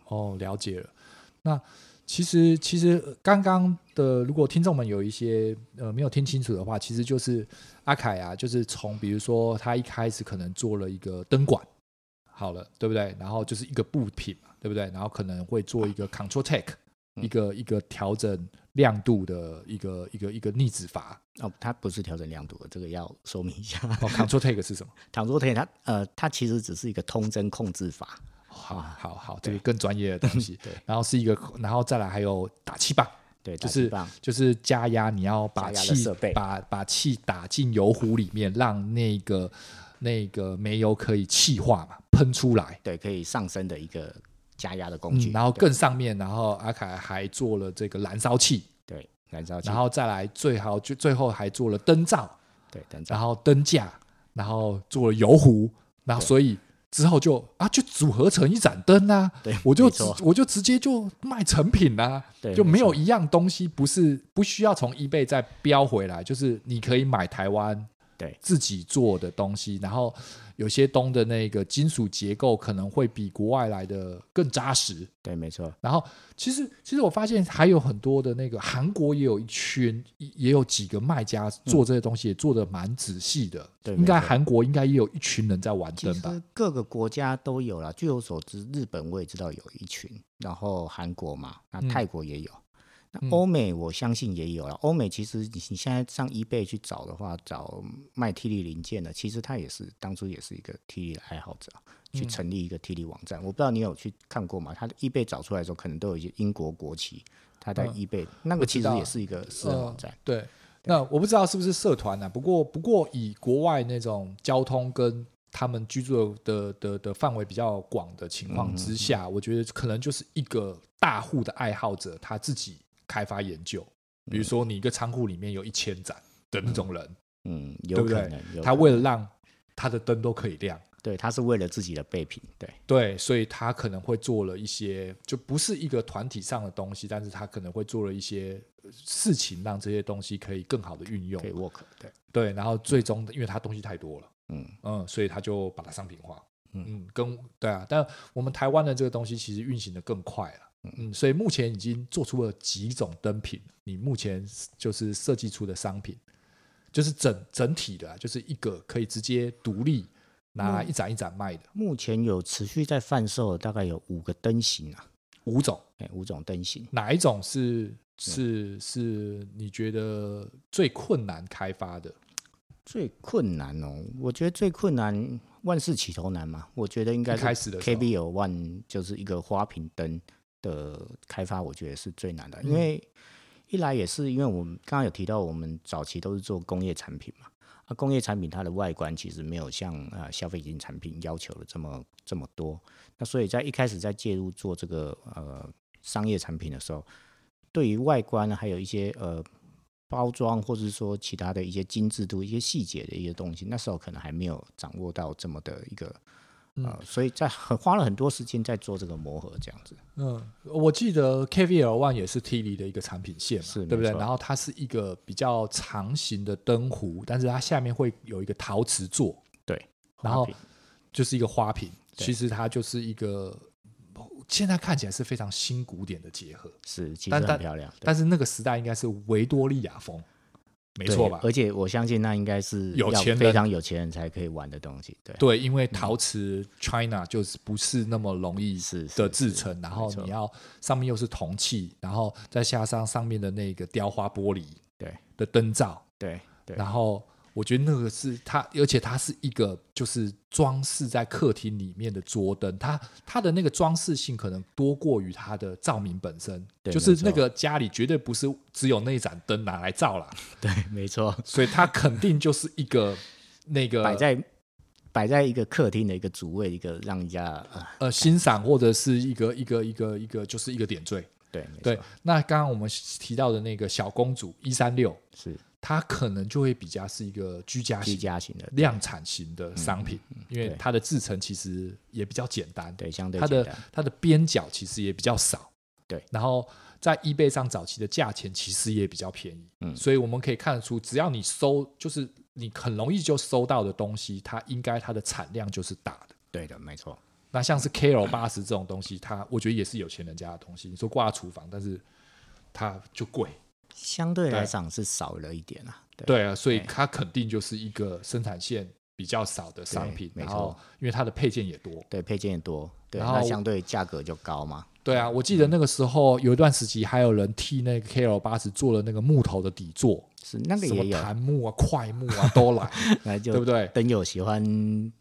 Speaker 1: 哦，了解了。那其实其实呃刚刚的，如果听众们有一些呃没有听清楚的话，其实就是阿凯啊，就是从比如说他一开始可能做了一个灯管，好了，对不对？然后就是一个布品嘛，对不对？然后可能会做一个 Control Take，、一个一个调整亮度的一个一个一个逆止阀。
Speaker 2: 哦，它不是调整亮度的，这个要说明一下。
Speaker 1: 哦，Control Take 是什么？
Speaker 2: 躺桌腿它呃，它其实只是一个通针控制法，。
Speaker 1: 好好好，这个更专业的东西
Speaker 2: 对
Speaker 1: 然后是一个，然后再来还有打气棒。
Speaker 2: 对，
Speaker 1: 就
Speaker 2: 打气
Speaker 1: 是
Speaker 2: 棒
Speaker 1: 就是加压，你要把
Speaker 2: 加压的
Speaker 1: 气
Speaker 2: 设备
Speaker 1: 把把气打进油壶里面，让那个那个煤油可以气化嘛，喷出来。
Speaker 2: 对，可以上升的一个加压的工具。
Speaker 1: 嗯，然后
Speaker 2: 对
Speaker 1: 更上面，然后阿凯还做了这个燃烧器，
Speaker 2: 对燃烧器，
Speaker 1: 然后再来最好就最后还做了灯罩，
Speaker 2: 对等
Speaker 1: 然
Speaker 2: 等，
Speaker 1: 后灯架，然后做了油壶，然后所以之后就啊就组合成一盏灯啊，
Speaker 2: 对，
Speaker 1: 我就
Speaker 2: 没
Speaker 1: 直
Speaker 2: 错
Speaker 1: 我就直接就卖成品啊啦、
Speaker 2: 对
Speaker 1: 就没有
Speaker 2: 没错
Speaker 1: 一样东西不是不需要从 eBay 再标回来，就是你可以买台湾
Speaker 2: 对
Speaker 1: 自己做的东西，然后有些东的那个金属结构可能会比国外来的更扎实。
Speaker 2: 对没错，
Speaker 1: 然后其实其实我发现还有很多的那个韩国也有一圈，也也有几个卖家做这些东西也做的蛮仔细的，
Speaker 2: 对
Speaker 1: 应该
Speaker 2: 没错
Speaker 1: 韩国应该也有一群人在玩
Speaker 2: 其
Speaker 1: 灯吧。
Speaker 2: 实各个国家都有啦。据我所知，日本我也知道有一群，然后韩国嘛，那
Speaker 1: 嗯
Speaker 2: 泰国也有。那欧美我相信也有了，欧美其实你你现在上 eBay 去找的话，找卖 T 力零件的，其实他也是当初也是一个 T 力的爱好者，去
Speaker 1: 嗯
Speaker 2: 成立一个 T 力网站。我不知道你有去看过吗？他的 eBay 找出来的时候，可能都有一些英国国旗，他在 eBay、那个其实
Speaker 1: 嗯道嗯
Speaker 2: 也是一个私人网站。
Speaker 1: 对，那我不知道是不是社团啊，不过不过以国外那种交通跟他们居住的的的的范围比较广的情况之
Speaker 2: 嗯
Speaker 1: 下，我觉得可能就是一个大户的爱好者他自己开发研究，比如说你一个仓库里面有一千盏的那种人，
Speaker 2: 嗯嗯，
Speaker 1: 对
Speaker 2: 有
Speaker 1: 不
Speaker 2: 可
Speaker 1: 对
Speaker 2: 能，有
Speaker 1: 他
Speaker 2: 可
Speaker 1: 为
Speaker 2: 能
Speaker 1: 了让他的灯都可以亮，
Speaker 2: 对他是为了自己的备品，对，
Speaker 1: 对，所以他可能会做了一些，就不是一个团体上的东西，但是他可能会做了一些呃事情，让这些东西可以更好的运用
Speaker 2: 可。以 work，对，
Speaker 1: 对，然后最终因为他东西太多了，
Speaker 2: 嗯
Speaker 1: 嗯，所以他就把它商品化。
Speaker 2: 嗯
Speaker 1: 嗯，跟对啊，但我们台湾的这个东西其实运行的更快了。嗯，所以目前已经做出了几种灯品，你目前就是设计出的商品，就是整整体的啊、就是一个可以直接独立拿来一盏一盏卖的
Speaker 2: 目前有持续在贩售的大概有五个灯型啊，
Speaker 1: 五种。
Speaker 2: 哎，五种灯型，
Speaker 1: 哪一种是是是你觉得最困难开发的？
Speaker 2: 最困难哦，我觉得最困难，万事起头难嘛，我觉得应该
Speaker 1: 一开始的时候
Speaker 2: KBO One 就是一个花瓶灯的开发，我觉得是最难的，因为
Speaker 1: 嗯
Speaker 2: 一来也是因为我们刚刚有提到，我们早期都是做工业产品嘛，啊，工业产品它的外观其实没有像呃消费型产品要求的这么这么多，那所以在一开始在介入做这个呃商业产品的时候，对于外观还有一些呃包装或者说其他的一些精致度、一些细节的一些东西，那时候可能还没有掌握到这么的一个。
Speaker 1: 嗯
Speaker 2: 呃，所以在很花了很多时间在做这个磨合，这样子。
Speaker 1: 嗯，我记得 KVL One 也是 T 里的一个产品线嘛，
Speaker 2: 是
Speaker 1: 对
Speaker 2: 没
Speaker 1: 不对？
Speaker 2: 错
Speaker 1: 然后它是一个比较长形的灯壶，但是它下面会有一个陶瓷座，
Speaker 2: 对，
Speaker 1: 然
Speaker 2: 花
Speaker 1: 后
Speaker 2: 瓶
Speaker 1: 就是一个花瓶。
Speaker 2: 对
Speaker 1: 其实它就是一个现在看起来是非常新古典的结合，
Speaker 2: 是其实
Speaker 1: 但
Speaker 2: 很
Speaker 1: 但
Speaker 2: 漂亮，对
Speaker 1: 但是那个时代应该是维多利亚风，没
Speaker 2: 对
Speaker 1: 错吧？
Speaker 2: 而且我相信那应该是
Speaker 1: 有
Speaker 2: 要
Speaker 1: 钱人
Speaker 2: 非常有钱人才可以玩的东西。对，
Speaker 1: 对，因为陶瓷 China 就是不是那么容易
Speaker 2: 嗯是是
Speaker 1: 的制
Speaker 2: 是
Speaker 1: 成，然
Speaker 2: 没
Speaker 1: 后
Speaker 2: 错
Speaker 1: 你要上面又是铜器，然后再加上上面的那个雕花玻璃
Speaker 2: 对，
Speaker 1: 的灯罩，
Speaker 2: 对，对，
Speaker 1: 然后我觉得那个是它，而且它是一个就是装饰在客厅里面的桌灯，它它的那个装饰性可能多过于它的照明本身，
Speaker 2: 对
Speaker 1: 就
Speaker 2: 没
Speaker 1: 是那
Speaker 2: 错
Speaker 1: 个家里绝对不是只有那一盏灯拿来照 啦，
Speaker 2: 对，没错，
Speaker 1: 所以它肯定就是一个那个
Speaker 2: 摆在摆在一个客厅的一个主位，一个让人家呃，
Speaker 1: 呃欣赏或者是一个一个一个一个就是一个点缀。
Speaker 2: 对，没错
Speaker 1: 对，，那刚刚我们提到的那个小公主一三六，
Speaker 2: 是
Speaker 1: 它可能就会比较是一个居家
Speaker 2: 居
Speaker 1: 型、
Speaker 2: 家型的，
Speaker 1: 量产型的商品，因
Speaker 2: 嗯
Speaker 1: 为
Speaker 2: 对
Speaker 1: 它的制成其实也比较简单，
Speaker 2: 对，相对
Speaker 1: 它
Speaker 2: 简
Speaker 1: 的
Speaker 2: 单，
Speaker 1: 它的边角其实也比较少，
Speaker 2: 对
Speaker 1: 然后在 eBay 上早期的价钱其实也比较便宜，
Speaker 2: 嗯
Speaker 1: 所以我们可以看得出，只要你搜，就是你很容易就搜到的东西，它应该它的产量就是大的。
Speaker 2: 对的，没错，
Speaker 1: 那像是 KL 八十这种东西，它我觉得也是有钱人家的东西。你说挂在厨房，但是它就贵，
Speaker 2: 相对
Speaker 1: 对
Speaker 2: 来讲是少了一点啊。对，
Speaker 1: 对啊，所以它肯定就是一个生产线比较少的商品。
Speaker 2: 对
Speaker 1: 然
Speaker 2: 没错
Speaker 1: 后因为它的配件也多，
Speaker 2: 对，配件也多，对，
Speaker 1: 然后
Speaker 2: 那相对价格就高嘛。
Speaker 1: 对啊，我记得那个时候有一段时期，还有人替那个 KL 八十做了那个木头的底座，
Speaker 2: 是那个
Speaker 1: 什么
Speaker 2: 也有，
Speaker 1: 檀木啊、块木啊都来，
Speaker 2: 那就
Speaker 1: 对不对？
Speaker 2: 灯友喜欢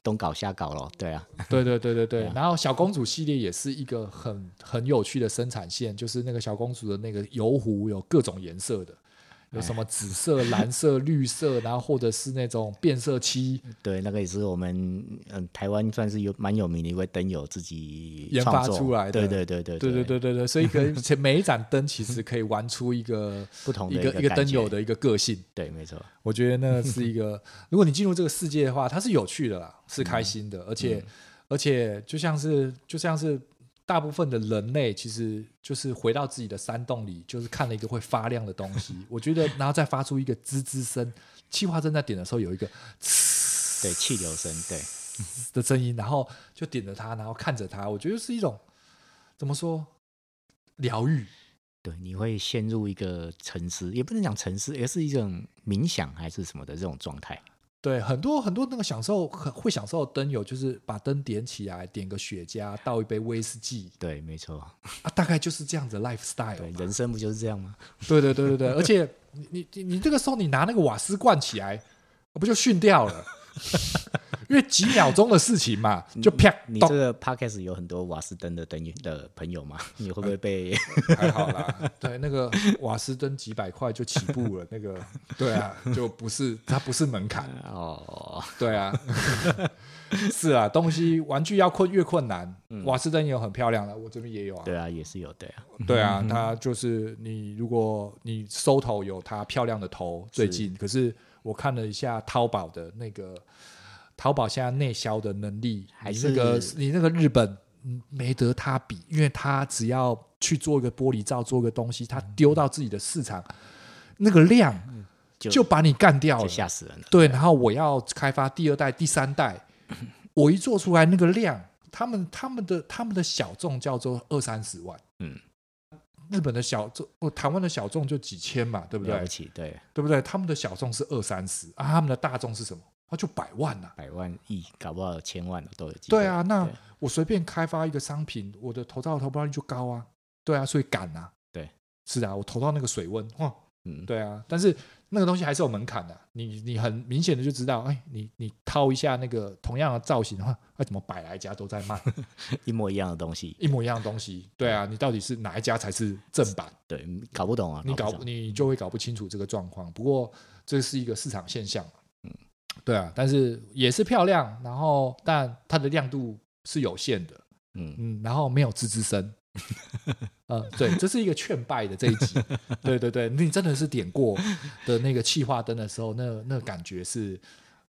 Speaker 2: 东搞下搞咯，对啊，
Speaker 1: 对对对对对。然后小公主系列也是一个很很有趣的生产线，就是那个小公主的那个油壶有各种颜色的，有什么紫色、蓝色、绿色，然后或者是那种变色漆
Speaker 2: 对，那个也是我们嗯台湾算是有蛮有名的一位灯友自己
Speaker 1: 研
Speaker 2: 创
Speaker 1: 发
Speaker 2: 作
Speaker 1: 出来的
Speaker 2: 对对对对
Speaker 1: 对对
Speaker 2: 对
Speaker 1: 对对对，所以可以每一盏灯其实可以玩出一个
Speaker 2: 不同的
Speaker 1: 一个
Speaker 2: 一个
Speaker 1: 一个
Speaker 2: 感
Speaker 1: 灯
Speaker 2: 觉
Speaker 1: 友的一个个性。
Speaker 2: 对，没错，
Speaker 1: 我觉得那是一 个，如果你进入这个世界的话，它是有趣的啦，是
Speaker 2: 嗯
Speaker 1: 开心的，而且、而且就像是就像是大部分的人类，其实就是回到自己的山洞里，就是看了一个会发亮的东 西，我觉得，然后再发出一个吱吱声，气化针在点的时候有一个
Speaker 2: 对气流声，对
Speaker 1: 嘶的声音，然后就点着它，然后看着它，我觉得是一种怎么说疗愈，
Speaker 2: 对，你会陷入一个沉思，也不能讲沉思，而是一种冥想还是什么的这种状态。
Speaker 1: 对，很多很多那个享受很会享受的灯友，就是把灯点起来，点个雪茄，倒一杯威士忌
Speaker 2: 对，没错，
Speaker 1: 啊，大概就是这样子的 lifestyle
Speaker 2: 对，
Speaker 1: 嘛。
Speaker 2: 人生不就是这样吗？
Speaker 1: 对对对对对，而且你你你你这个时候你拿那个瓦斯罐起来，啊不就训掉了？ 因为几秒钟的事情嘛，就啪
Speaker 2: 你这
Speaker 1: 咚，
Speaker 2: 个 podcast 有很多瓦斯灯的灯友的朋友吗？ 你会不会 被？
Speaker 1: 还好啦。对，那个瓦斯灯几百块就起步了，那个对啊，就不是它不是门槛，
Speaker 2: 哦，
Speaker 1: 对啊， 是啊，东西玩具要困越困难，瓦斯灯也有很漂亮的，我这边也有啊。
Speaker 2: 嗯对啊，也是有对啊，
Speaker 1: 对啊，它就是你如果你收头有它漂亮的头，最近可是我看了一下淘宝的那个，淘宝现在内销的能力，
Speaker 2: 还
Speaker 1: 你那个
Speaker 2: 是
Speaker 1: 你那个日本嗯没得他比，因为他只要去做一个玻璃罩，做个东西，他
Speaker 2: 嗯
Speaker 1: 丢到自己的市场，那个量
Speaker 2: 就
Speaker 1: 就把你干掉
Speaker 2: 就
Speaker 1: 了。
Speaker 2: 吓死人了。
Speaker 1: 对，然后我要开发第二代、第三代， 我一做出来那个量，他们他们的他们的小众叫做二三十万，
Speaker 2: 嗯，
Speaker 1: 日本的小众，哦台湾的小众就几千嘛，对不
Speaker 2: 了
Speaker 1: 对
Speaker 2: 不？起，对，
Speaker 1: 对不对？他们的小众是二三十啊，他们的大众是什么？啊，就百万呐、
Speaker 2: 百万亿，搞不好千万的都有机会。
Speaker 1: 对，啊，那
Speaker 2: 对
Speaker 1: 我随便开发一个商品，我的投到投报率就高啊，对啊，所以敢啊，
Speaker 2: 对，
Speaker 1: 是啊，我投到那个水温，哇，
Speaker 2: 嗯，
Speaker 1: 对啊，但是那个东西还是有门槛的啊、你你很明显的就知道，哎，你你掏一下那个同样的造型的话，哎，怎么百来家都在卖
Speaker 2: 一模一样的东西，
Speaker 1: 一模一样的东西？对啊，你到底是哪一家才是正版？
Speaker 2: 对，搞不懂啊，
Speaker 1: 你搞
Speaker 2: 不懂
Speaker 1: 你就会搞不清楚这个状况。不过这是一个市场现象嘛，嗯，对啊，但是也是漂亮，然后但它的亮度是有限的，
Speaker 2: 嗯，
Speaker 1: 嗯，然后没有吱吱声。 呃，对，这是一个劝败的这一集，对对对，你真的是点过的那个气化灯的时候，那那感觉是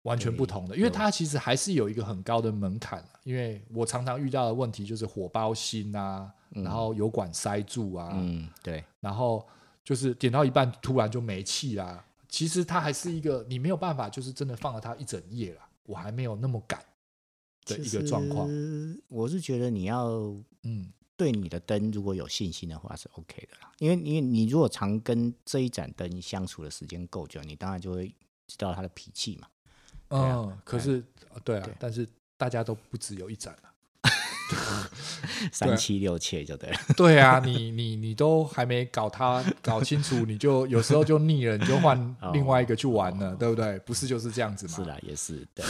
Speaker 1: 完全不同的，因为它其实还是有一个很高的门槛、啊，因为我常常遇到的问题就是火包芯啊，然后油管塞住啊，
Speaker 2: 嗯，对，
Speaker 1: 然后就是点到一半突然就没气啦。其实它还是一个你没有办法，就是真的放了它一整夜啦，我还没有那么赶的一个状况，。
Speaker 2: 我是觉得你要
Speaker 1: 嗯，
Speaker 2: 对你的灯如果有信心的话是 OK 的啦，因为因为你如果常跟这一盏灯相处的时间够久，你当然就会知道它的脾气嘛。
Speaker 1: 嗯，
Speaker 2: 啊
Speaker 1: 可
Speaker 2: 哎
Speaker 1: 是呃对啊，
Speaker 2: 对
Speaker 1: 但是大家都不只有一盏啊。
Speaker 2: 三妻六妾就对了，
Speaker 1: 对啊，你你你都还没搞他搞清楚，你就有时候就腻了，你就 换
Speaker 2: 哦
Speaker 1: 另外一个去玩了，对不对？不是就是这样子嘛？
Speaker 2: 是啦，也是对，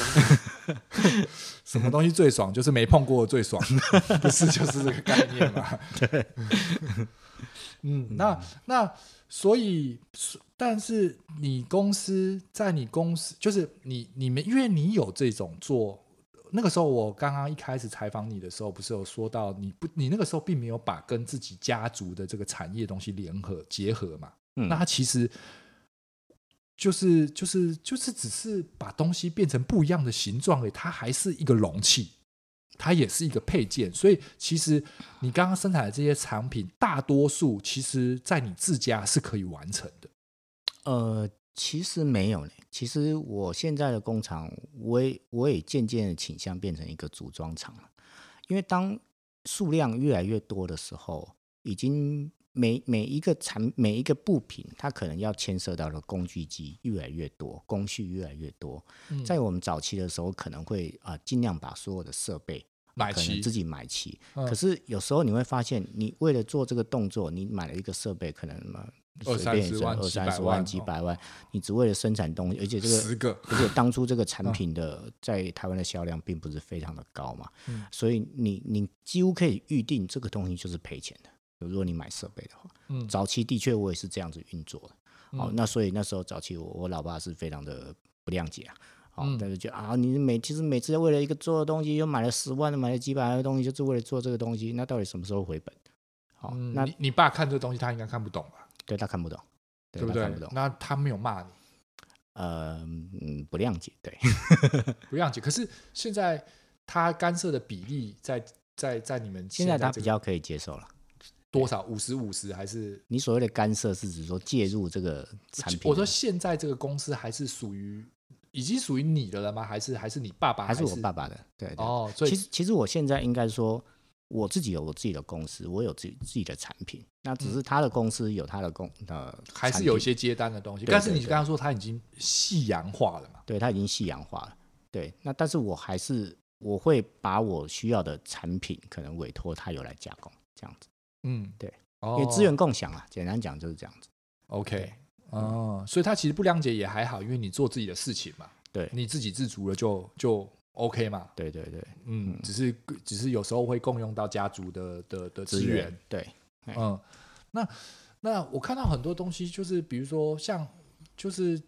Speaker 1: 什么东西最爽？就是没碰过的最爽， 不是就是这个概念嘛？ 对，嗯，那那所以，但是你公司在你公司，就是你你们，因为你有这种做，那个时候我刚刚一开始采访你的时候，不是有说到你不，你那个时候并没有把跟自己家族的这个产业东西联合结合嘛？
Speaker 2: 嗯
Speaker 1: 那它其实。就是就是就是只是把东西变成不一样的形状而已，它还是一个容器，它也是一个配件。所以其实你刚刚生产的这些产品，大多数其实在你自家是可以完成的。
Speaker 2: 呃，其实没有呢。其实我现在的工厂，我也我也渐渐的倾向变成一个组装厂了，因为当数量越来越多的时候，已经每每一个产每一个布品，它可能要牵涉到的工具机越来越多，工序越来越多。在我们早期的时候，可能会啊、呃尽量把所有的设备
Speaker 1: 买
Speaker 2: 可能
Speaker 1: 齐
Speaker 2: 自己买齐。
Speaker 1: 嗯
Speaker 2: 可是有时候你会发现，你为了做这个动作，你买了一个设备，可能嘛
Speaker 1: 二
Speaker 2: 随
Speaker 1: 三
Speaker 2: 便
Speaker 1: 十
Speaker 2: 也是
Speaker 1: 万
Speaker 2: 二
Speaker 1: 几
Speaker 2: 三
Speaker 1: 百
Speaker 2: 十
Speaker 1: 万
Speaker 2: 万、几
Speaker 1: 哦
Speaker 2: 百万，你只为了生产东西，而且这
Speaker 1: 十
Speaker 2: 个。
Speaker 1: 个，嗯
Speaker 2: 而且当初这个产品的在台湾的销量并不是非常的高嘛，
Speaker 1: 嗯
Speaker 2: 所以你你几乎可以预定这个东西就是赔钱的。如果你买设备的话，
Speaker 1: 嗯
Speaker 2: 早期的确我也是这样子运作的。哦，
Speaker 1: 嗯
Speaker 2: 那所以那时候早期我我老爸是非常的不谅解啊。哦
Speaker 1: 嗯，
Speaker 2: 但是就啊，你每其实每次为了一个做的东西，又买了十万，买了几百万的东西，就是为了做这个东西，那到底什么时候回本？好、
Speaker 1: 嗯
Speaker 2: 那
Speaker 1: 你你爸看这东西，他应该看不懂吧？
Speaker 2: 对他看不懂，对
Speaker 1: 不
Speaker 2: 他
Speaker 1: 对
Speaker 2: 看不懂，？
Speaker 1: 那他没有骂你，
Speaker 2: 呃，嗯，不谅解， 对，
Speaker 1: 不谅解。可是现在他干涉的比例在在在你们
Speaker 2: 现在他
Speaker 1: 这
Speaker 2: 比
Speaker 1: 个
Speaker 2: 较可以接受了。
Speaker 1: 多少五十五十还是？
Speaker 2: 你所谓的干涉是指说介入这个产品吗，啊
Speaker 1: 我说现在这个公司还是属于已经属于你的了吗？还是还是你爸爸？
Speaker 2: 还
Speaker 1: 是
Speaker 2: 是我爸爸的，对对
Speaker 1: 哦，所以
Speaker 2: 其实其实我现在应该说，我自己有我自己的公司，我有自己自己的产品，那只是他的公司有他的公呃，
Speaker 1: 嗯还
Speaker 2: 产
Speaker 1: 是有一
Speaker 2: 品
Speaker 1: 些接单的东西，
Speaker 2: 对
Speaker 1: 但是
Speaker 2: 对
Speaker 1: 你
Speaker 2: 对
Speaker 1: 刚刚说它已经夕阳化了嘛？
Speaker 2: 对他已经夕阳化了，对，那但是我还是我会把我需要的产品可能委托他有来加工这样子，
Speaker 1: 嗯，
Speaker 2: 对，
Speaker 1: 哦
Speaker 2: 因为资源共享啊，简单讲就是这样子，
Speaker 1: OK，哦，
Speaker 2: 嗯
Speaker 1: 所以他其实不谅解也还好，因为你做自己的事情嘛，
Speaker 2: 对
Speaker 1: 你自给自足了就就 OK 嘛，
Speaker 2: 对对对，
Speaker 1: 嗯，只是只是有时候会共用到家族的的的资源，
Speaker 2: 对，对
Speaker 1: 嗯，那那我看到很多东西，就是比如说像就是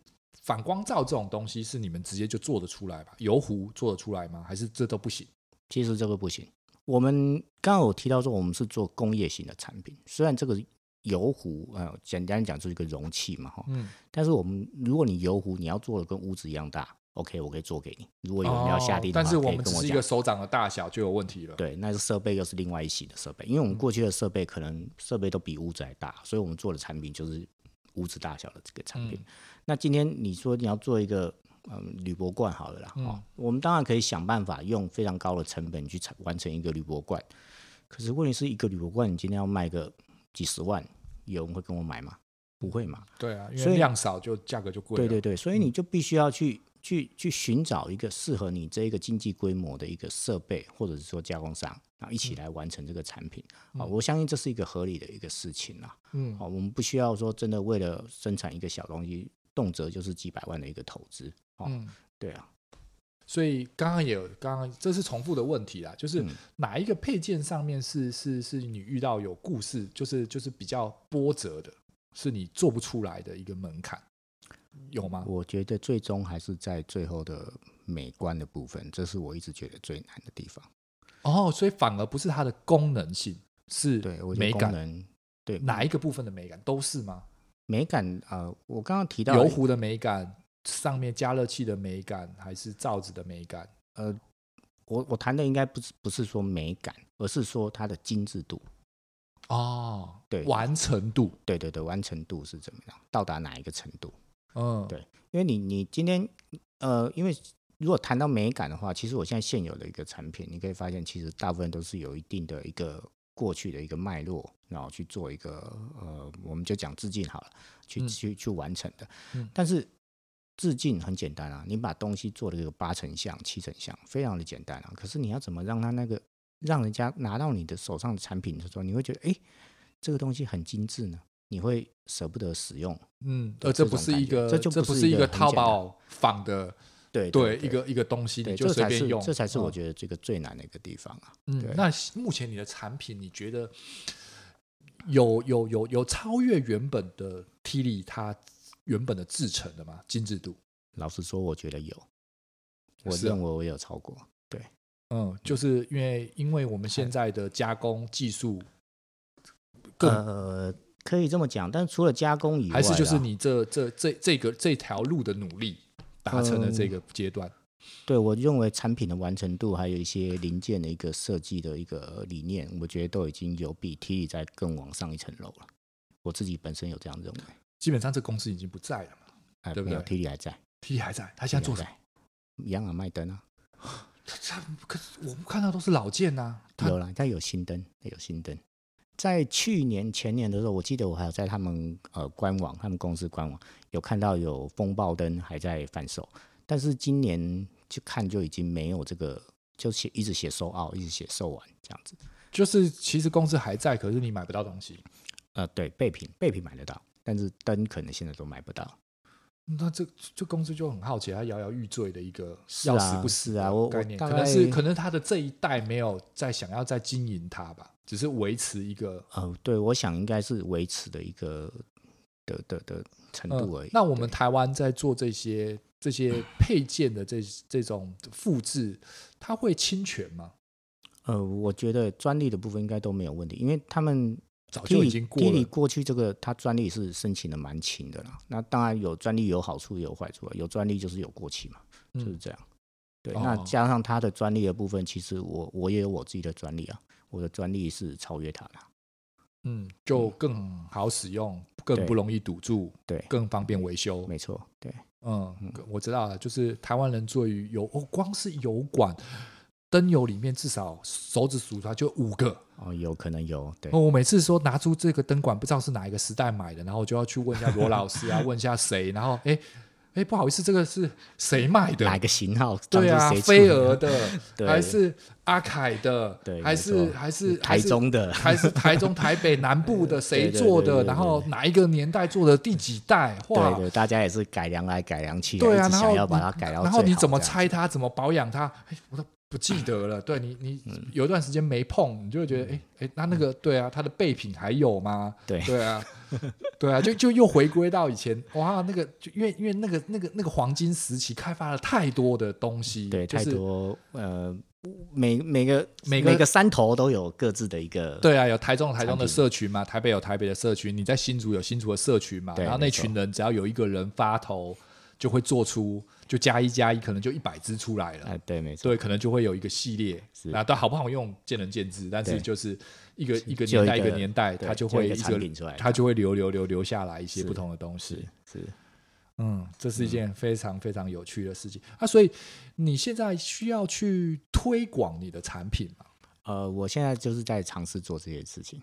Speaker 1: 反光罩这种东西，是你们直接就做得出来吧？油壶做得出来吗？还是这都不行？
Speaker 2: 其实这个不行。我们刚刚有提到说，我们是做工业型的产品，虽然这个油壶，呃，简单讲就是一个容器嘛，哈。
Speaker 1: 嗯，
Speaker 2: 但是我们如果你油壶你要做的跟屋子一样大，OK，我可以做给你。如果有人要下定的
Speaker 1: 哦但
Speaker 2: 话，
Speaker 1: 是
Speaker 2: 可以
Speaker 1: 们只
Speaker 2: 跟我
Speaker 1: 是一
Speaker 2: 讲
Speaker 1: 个。手掌的大小就有问题了。
Speaker 2: 对，那是设备又是另外一起的设备，因为我们过去的设备可能设备都比屋子还大，所以我们做的产品就是屋子大小的这个产品。那今天你说你要做一个嗯铝箔罐好了啦、哦，我们当然可以想办法用非常高的成本去产完成一个铝箔罐，可是问题是一个铝箔罐你今天要卖个几十万，有人会跟我买吗？不会嘛？
Speaker 1: 对啊，因
Speaker 2: 所
Speaker 1: 为
Speaker 2: 以
Speaker 1: 量少就价格就贵
Speaker 2: 对
Speaker 1: 了。嗯
Speaker 2: 对对，所以你就必须要去、去去寻找一个适合你这一个经济规模的一个设备，或者是说加工商，然后一起
Speaker 1: 嗯
Speaker 2: 来完成这个产品。啊、我相信这是一个合理的一个事情啦。
Speaker 1: 嗯
Speaker 2: 啊、我们不需要说真的为了生产一个小东西，动辄就是几百万的一个投资。哦，
Speaker 1: 嗯
Speaker 2: 对啊，
Speaker 1: 所以刚刚也有刚刚这是重复的问题啦，就是
Speaker 2: 嗯
Speaker 1: 哪一个配件上面是是是你遇到有故事，就是就是比较波折的，是你做不出来的一个门槛，有吗？
Speaker 2: 我觉得最终还是在最后的美观的部分，这是我一直觉得最难的地方。
Speaker 1: 哦，所以反而不是它的功能性，是
Speaker 2: 对，我觉
Speaker 1: 美
Speaker 2: 得功
Speaker 1: 感
Speaker 2: 能，对
Speaker 1: 哪一个部分的美感都是吗？
Speaker 2: 美感啊、呃我刚刚提到
Speaker 1: 油壶的美感，上面加热器的美感，还是罩子的美感？
Speaker 2: 呃，我我谈的应该不是不是说美感，而是说它的精致度，
Speaker 1: 哦，
Speaker 2: 对
Speaker 1: 完成度，
Speaker 2: 对对对，完成度是怎么样，到达哪一个程度？
Speaker 1: 嗯，
Speaker 2: 对因为你你今天呃，因为如果谈到美感的话，其实我现在现有的一个产品，你可以发现，其实大部分都是有一定的一个过去的一个脉络，然后去做一个呃，我们就讲致敬好了，去、
Speaker 1: 嗯
Speaker 2: 去去完成的。
Speaker 1: 嗯
Speaker 2: 但是致敬很简单啊，你把东西做了一个八成像、七成像，非常的简单啊。可是你要怎么让它那个让人家拿到你的手上的产品的时候，你会觉得诶，这个东西很精致呢？你会舍不得使用，
Speaker 1: 嗯，
Speaker 2: 对
Speaker 1: 而这
Speaker 2: 这
Speaker 1: 不
Speaker 2: 种
Speaker 1: 是
Speaker 2: 感
Speaker 1: 一
Speaker 2: 觉
Speaker 1: 个，
Speaker 2: 这就不
Speaker 1: 不
Speaker 2: 是
Speaker 1: 是
Speaker 2: 一
Speaker 1: 个
Speaker 2: 个很
Speaker 1: 淘
Speaker 2: 简单
Speaker 1: 宝仿的，
Speaker 2: 对
Speaker 1: 对
Speaker 2: 对
Speaker 1: 一个一个东西，你
Speaker 2: 对，
Speaker 1: 就
Speaker 2: 这
Speaker 1: 随
Speaker 2: 才
Speaker 1: 便
Speaker 2: 是
Speaker 1: 用，
Speaker 2: 这才是我
Speaker 1: 嗯
Speaker 2: 觉得这个最难的一个地方啊。
Speaker 1: 嗯
Speaker 2: 对，
Speaker 1: 那目前你的产品，你觉得有有有有超越原本的 T 力它原本的制成的吗？精致度，
Speaker 2: 老实说，我觉得有，我
Speaker 1: 是啊
Speaker 2: 认为我有超过。对，
Speaker 1: 嗯，就是因为因为我们
Speaker 2: 哎
Speaker 1: 现在的加工技术更
Speaker 2: 呃，可以这么讲，但除了加工以外啦，
Speaker 1: 还是就是你这这这这个这条路的努力达成了
Speaker 2: 嗯
Speaker 1: 这个阶段。
Speaker 2: 对我认为产品的完成度，还有一些零件的一个设计的一个理念，我觉得都已经有比 T 力在更往上一层楼了。我自己本身有这样认为，
Speaker 1: 基本上这公司已经不在了嘛
Speaker 2: 哎、
Speaker 1: 对不
Speaker 2: 没有
Speaker 1: 对
Speaker 2: T 力还在，
Speaker 1: ，T 力还在，他现在做什么？
Speaker 2: 么？一样啊，麦登啊，
Speaker 1: 他可是我们看到都是老件呐、他
Speaker 2: 有啦，它有新灯，它有新灯。在去年前年的时候，我记得我还有在他们呃官网，他们公司官网有看到有风暴灯还在贩售，但是今年去看就已经没有这个，就写一直写售out，一直写售完这样子。
Speaker 1: 就是其实公司还在，可是你买不到东西。
Speaker 2: 呃，对，备品备品买得到，但是灯可能现在都买不到。
Speaker 1: 那这这公司就很好奇，他摇摇欲坠的一个
Speaker 2: 是啊
Speaker 1: 要死不死
Speaker 2: 是啊
Speaker 1: 的
Speaker 2: 我我
Speaker 1: 概念，
Speaker 2: 大
Speaker 1: 可能是
Speaker 2: 概
Speaker 1: 可能他的这一代没有再想要再经营它吧，只是维持一个
Speaker 2: 呃，对，我想应该是维持的一个的的的程
Speaker 1: 嗯
Speaker 2: 度而已。
Speaker 1: 那我们台湾在做这些 这些配件的这这种复制，它会侵权吗？
Speaker 2: 呃，我觉得专利的部分应该都没有问题，因为他们
Speaker 1: 早
Speaker 2: 地
Speaker 1: 哦就已
Speaker 2: 理
Speaker 1: 经过
Speaker 2: 地
Speaker 1: 了
Speaker 2: 理过去这个它专利是申请的蛮勤的啦。那当然有专利有好处也有坏处啊，有专利就是有过期嘛，
Speaker 1: 嗯
Speaker 2: 就是这样。对，
Speaker 1: 哦
Speaker 2: 那加上它的专利的部分，其实我我也有我自己的专利啊，我的专利是超越它的。
Speaker 1: 嗯，就更好使用，更
Speaker 2: 嗯对
Speaker 1: 不容易堵住，
Speaker 2: 对，
Speaker 1: 更方便维修。
Speaker 2: 没错，对，
Speaker 1: 嗯，我知道了，就是台湾人对于油，哦，光是油管灯油里面至少手指数出来就五个。
Speaker 2: 哦，有可能有，对
Speaker 1: 哦，，我每次说拿出这个灯管，不知道是哪一个时代买的，然后我就要去问一下罗老师 啊，问一下谁，然后哎哎，不好意思，这个是谁卖的？
Speaker 2: 哪一个型号？
Speaker 1: 啊对啊
Speaker 2: 当初谁，出
Speaker 1: 飞
Speaker 2: 的
Speaker 1: 蛾，的，
Speaker 2: 对
Speaker 1: 还是阿凯的，
Speaker 2: 对，
Speaker 1: 还
Speaker 2: 没
Speaker 1: 是
Speaker 2: 错
Speaker 1: 还是
Speaker 2: 台。中的，
Speaker 1: 还是还是台中、台北南 部的
Speaker 2: 对
Speaker 1: 谁
Speaker 2: 对
Speaker 1: 做
Speaker 2: 对
Speaker 1: 的？
Speaker 2: 对对
Speaker 1: 然后哪一个年代做的？第几代？
Speaker 2: 对
Speaker 1: 哇，
Speaker 2: 对，大家也是改良来改良去，
Speaker 1: 对啊
Speaker 2: 一直
Speaker 1: 然
Speaker 2: 想
Speaker 1: 后
Speaker 2: 要把
Speaker 1: 你
Speaker 2: 它改到
Speaker 1: 然后
Speaker 2: 最
Speaker 1: 你
Speaker 2: 好
Speaker 1: 怎么
Speaker 2: 这样
Speaker 1: 拆它？怎么保养它？哎，我都不记 得了。对你，你
Speaker 2: 嗯
Speaker 1: 有一段时间没碰，你就会觉得，哎哎，那那个对啊，它的备品还有吗？
Speaker 2: 对
Speaker 1: 对啊，对啊，就就又回归到以前，哇，那个就因为因为那个那个那个黄金时期开发了太多的东西，
Speaker 2: 对，
Speaker 1: 就
Speaker 2: 太
Speaker 1: 是
Speaker 2: 多呃，每每个
Speaker 1: 每个
Speaker 2: 个山头都有各自的一个，
Speaker 1: 对啊，有台中有台中的
Speaker 2: 产品
Speaker 1: 社群嘛，台北有台北的社群，你在新竹有新竹的社群嘛，
Speaker 2: 对
Speaker 1: 然后那
Speaker 2: 没错
Speaker 1: 群人只要有一个人发头，就会做出就加一加一，可能就一百只出来了。
Speaker 2: 哎，对，没错，
Speaker 1: 对，可能就会有一个系列，
Speaker 2: 是
Speaker 1: 那但好不好用见仁见智，但是
Speaker 2: 对
Speaker 1: 就是一个一个
Speaker 2: 就
Speaker 1: 年代
Speaker 2: 一
Speaker 1: 一
Speaker 2: 个
Speaker 1: 个年代，
Speaker 2: 对
Speaker 1: 它就
Speaker 2: 就
Speaker 1: 会
Speaker 2: 一个产
Speaker 1: 个
Speaker 2: 品出来
Speaker 1: 它就会留留留留下来一些
Speaker 2: 是
Speaker 1: 不同的东西。
Speaker 2: 是
Speaker 1: 嗯，这是一件非常非常有趣的事情、啊！所以你现在需要去推广你的产品嘛？
Speaker 2: 呃，我现在就是在尝试做这些事情。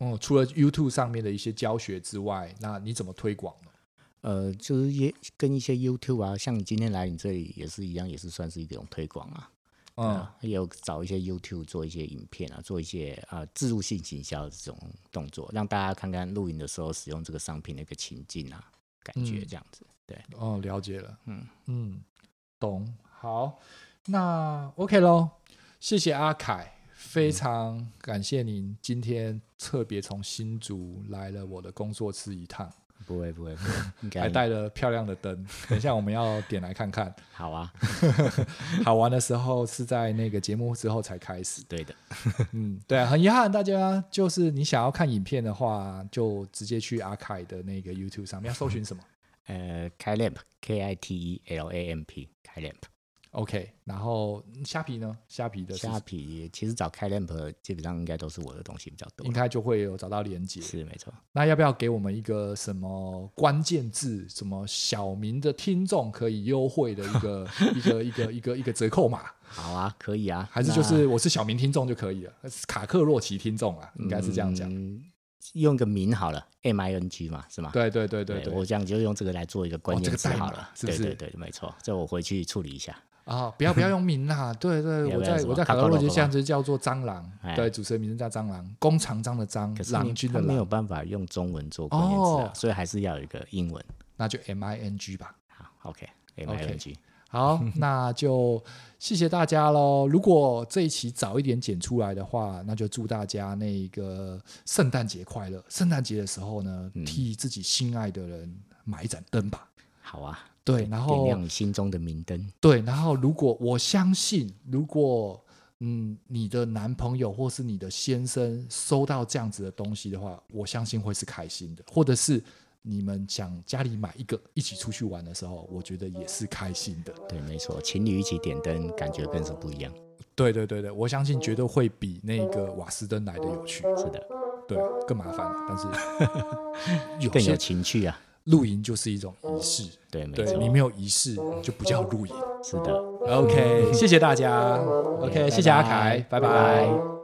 Speaker 1: 嗯，除了 YouTube 上面的一些教学之外，那你怎么推广呢？
Speaker 2: 呃，就是也跟一些 YouTube 啊，像你今天来你这里也是一样，也是算是一种推广啊。
Speaker 1: 嗯，
Speaker 2: 啊，也有找一些 YouTube 做一些影片啊，做一些啊、呃自入性行销的这种动作，让大家看看露营的时候使用这个商品的一个情境啊，感觉
Speaker 1: 嗯
Speaker 2: 这样子。
Speaker 1: 哦，了解了，
Speaker 2: 嗯
Speaker 1: 嗯，懂。好，那 OK 喽，谢谢阿凯，非常感谢您今天特别从新竹来了我的工作室一趟，
Speaker 2: 不会不会不会， 应该
Speaker 1: 还带了漂亮的灯，等一下我们要点来看看。
Speaker 2: 好啊，
Speaker 1: 好玩的时候是在那个节目之后才开始。
Speaker 2: 对的，
Speaker 1: 嗯，对啊，很遗憾，大家就是你想要看影片的话，就直接去阿凯的那个 YouTube 上面要搜寻什么
Speaker 2: 呃，Kilamp K I T E L A M P Kilamp
Speaker 1: ，OK。然后嗯虾皮呢，虾皮的是
Speaker 2: 虾皮，其实找 Kilamp 基本上应该都是我的东西比较多
Speaker 1: 应，该就会有找到连接。
Speaker 2: 是没错。
Speaker 1: 那要不要给我们一个什么关键字，什么小明的听众可以优惠的一 个一个一个一个一个折扣码？
Speaker 2: 好啊，可以啊，
Speaker 1: 还是就是我是小明听众就可以了？卡克洛奇听众啊，应该是这样讲。
Speaker 2: 嗯用个名好了，M I N G 嘛，是吗？
Speaker 1: 对对对对对，
Speaker 2: 我这样就用这个来做一个关
Speaker 1: 哦这
Speaker 2: 键
Speaker 1: 个
Speaker 2: 词
Speaker 1: 代
Speaker 2: 好
Speaker 1: 码
Speaker 2: 了，
Speaker 1: 是不
Speaker 2: 对
Speaker 1: 是
Speaker 2: 对对，没错，这我回去处理一下。
Speaker 1: 啊，不要不要用名啦，对对，
Speaker 2: 要不要
Speaker 1: 我在
Speaker 2: 什
Speaker 1: 我
Speaker 2: 么
Speaker 1: 在卡
Speaker 2: 卡
Speaker 1: 拉
Speaker 2: 卡
Speaker 1: 洛
Speaker 2: 洛
Speaker 1: 街
Speaker 2: 狗
Speaker 1: 现在
Speaker 2: 吗
Speaker 1: 就叫做蟑螂，
Speaker 2: 哎
Speaker 1: 对，主持人名字叫蟑螂，弓长张的张
Speaker 2: 可，是
Speaker 1: 郎
Speaker 2: 你
Speaker 1: 君
Speaker 2: 他
Speaker 1: 的
Speaker 2: 没有
Speaker 1: 郎，
Speaker 2: 办法用中文做关键词啊
Speaker 1: 哦，
Speaker 2: 所以还是要有一个英文。
Speaker 1: 那就 M I N G 吧。
Speaker 2: 好，OK，M I N G，
Speaker 1: 好，那就谢谢大家喽。如果这一期早一点剪出来的话，那就祝大家那个圣诞节快乐。圣诞节的时候呢，
Speaker 2: 嗯
Speaker 1: 替自己心爱的人买一盏灯吧。
Speaker 2: 好啊，
Speaker 1: 对，然
Speaker 2: 点
Speaker 1: 后
Speaker 2: 亮你心中的明灯。
Speaker 1: 对，然后如果我相信，如果嗯你的男朋友或是你的先生收到这样子的东西的话，我相信会是开心的，或者是你们想家里买一个一起出去玩的时候，我觉得也是开心的。
Speaker 2: 对，没错，情侣一起点灯，感觉更是不一样。
Speaker 1: 对对对对，我相信绝对会比那个瓦斯灯来的有趣，
Speaker 2: 是的，
Speaker 1: 对，更麻烦了，但是 有
Speaker 2: 更有
Speaker 1: 些
Speaker 2: 情趣啊。
Speaker 1: 露营就是一种仪式，
Speaker 2: 对，没
Speaker 1: 对
Speaker 2: 错，
Speaker 1: 你没有仪式就 不叫露营。
Speaker 2: 是的。
Speaker 1: OK，谢谢大家，OK，谢谢阿凯，拜拜
Speaker 2: 拜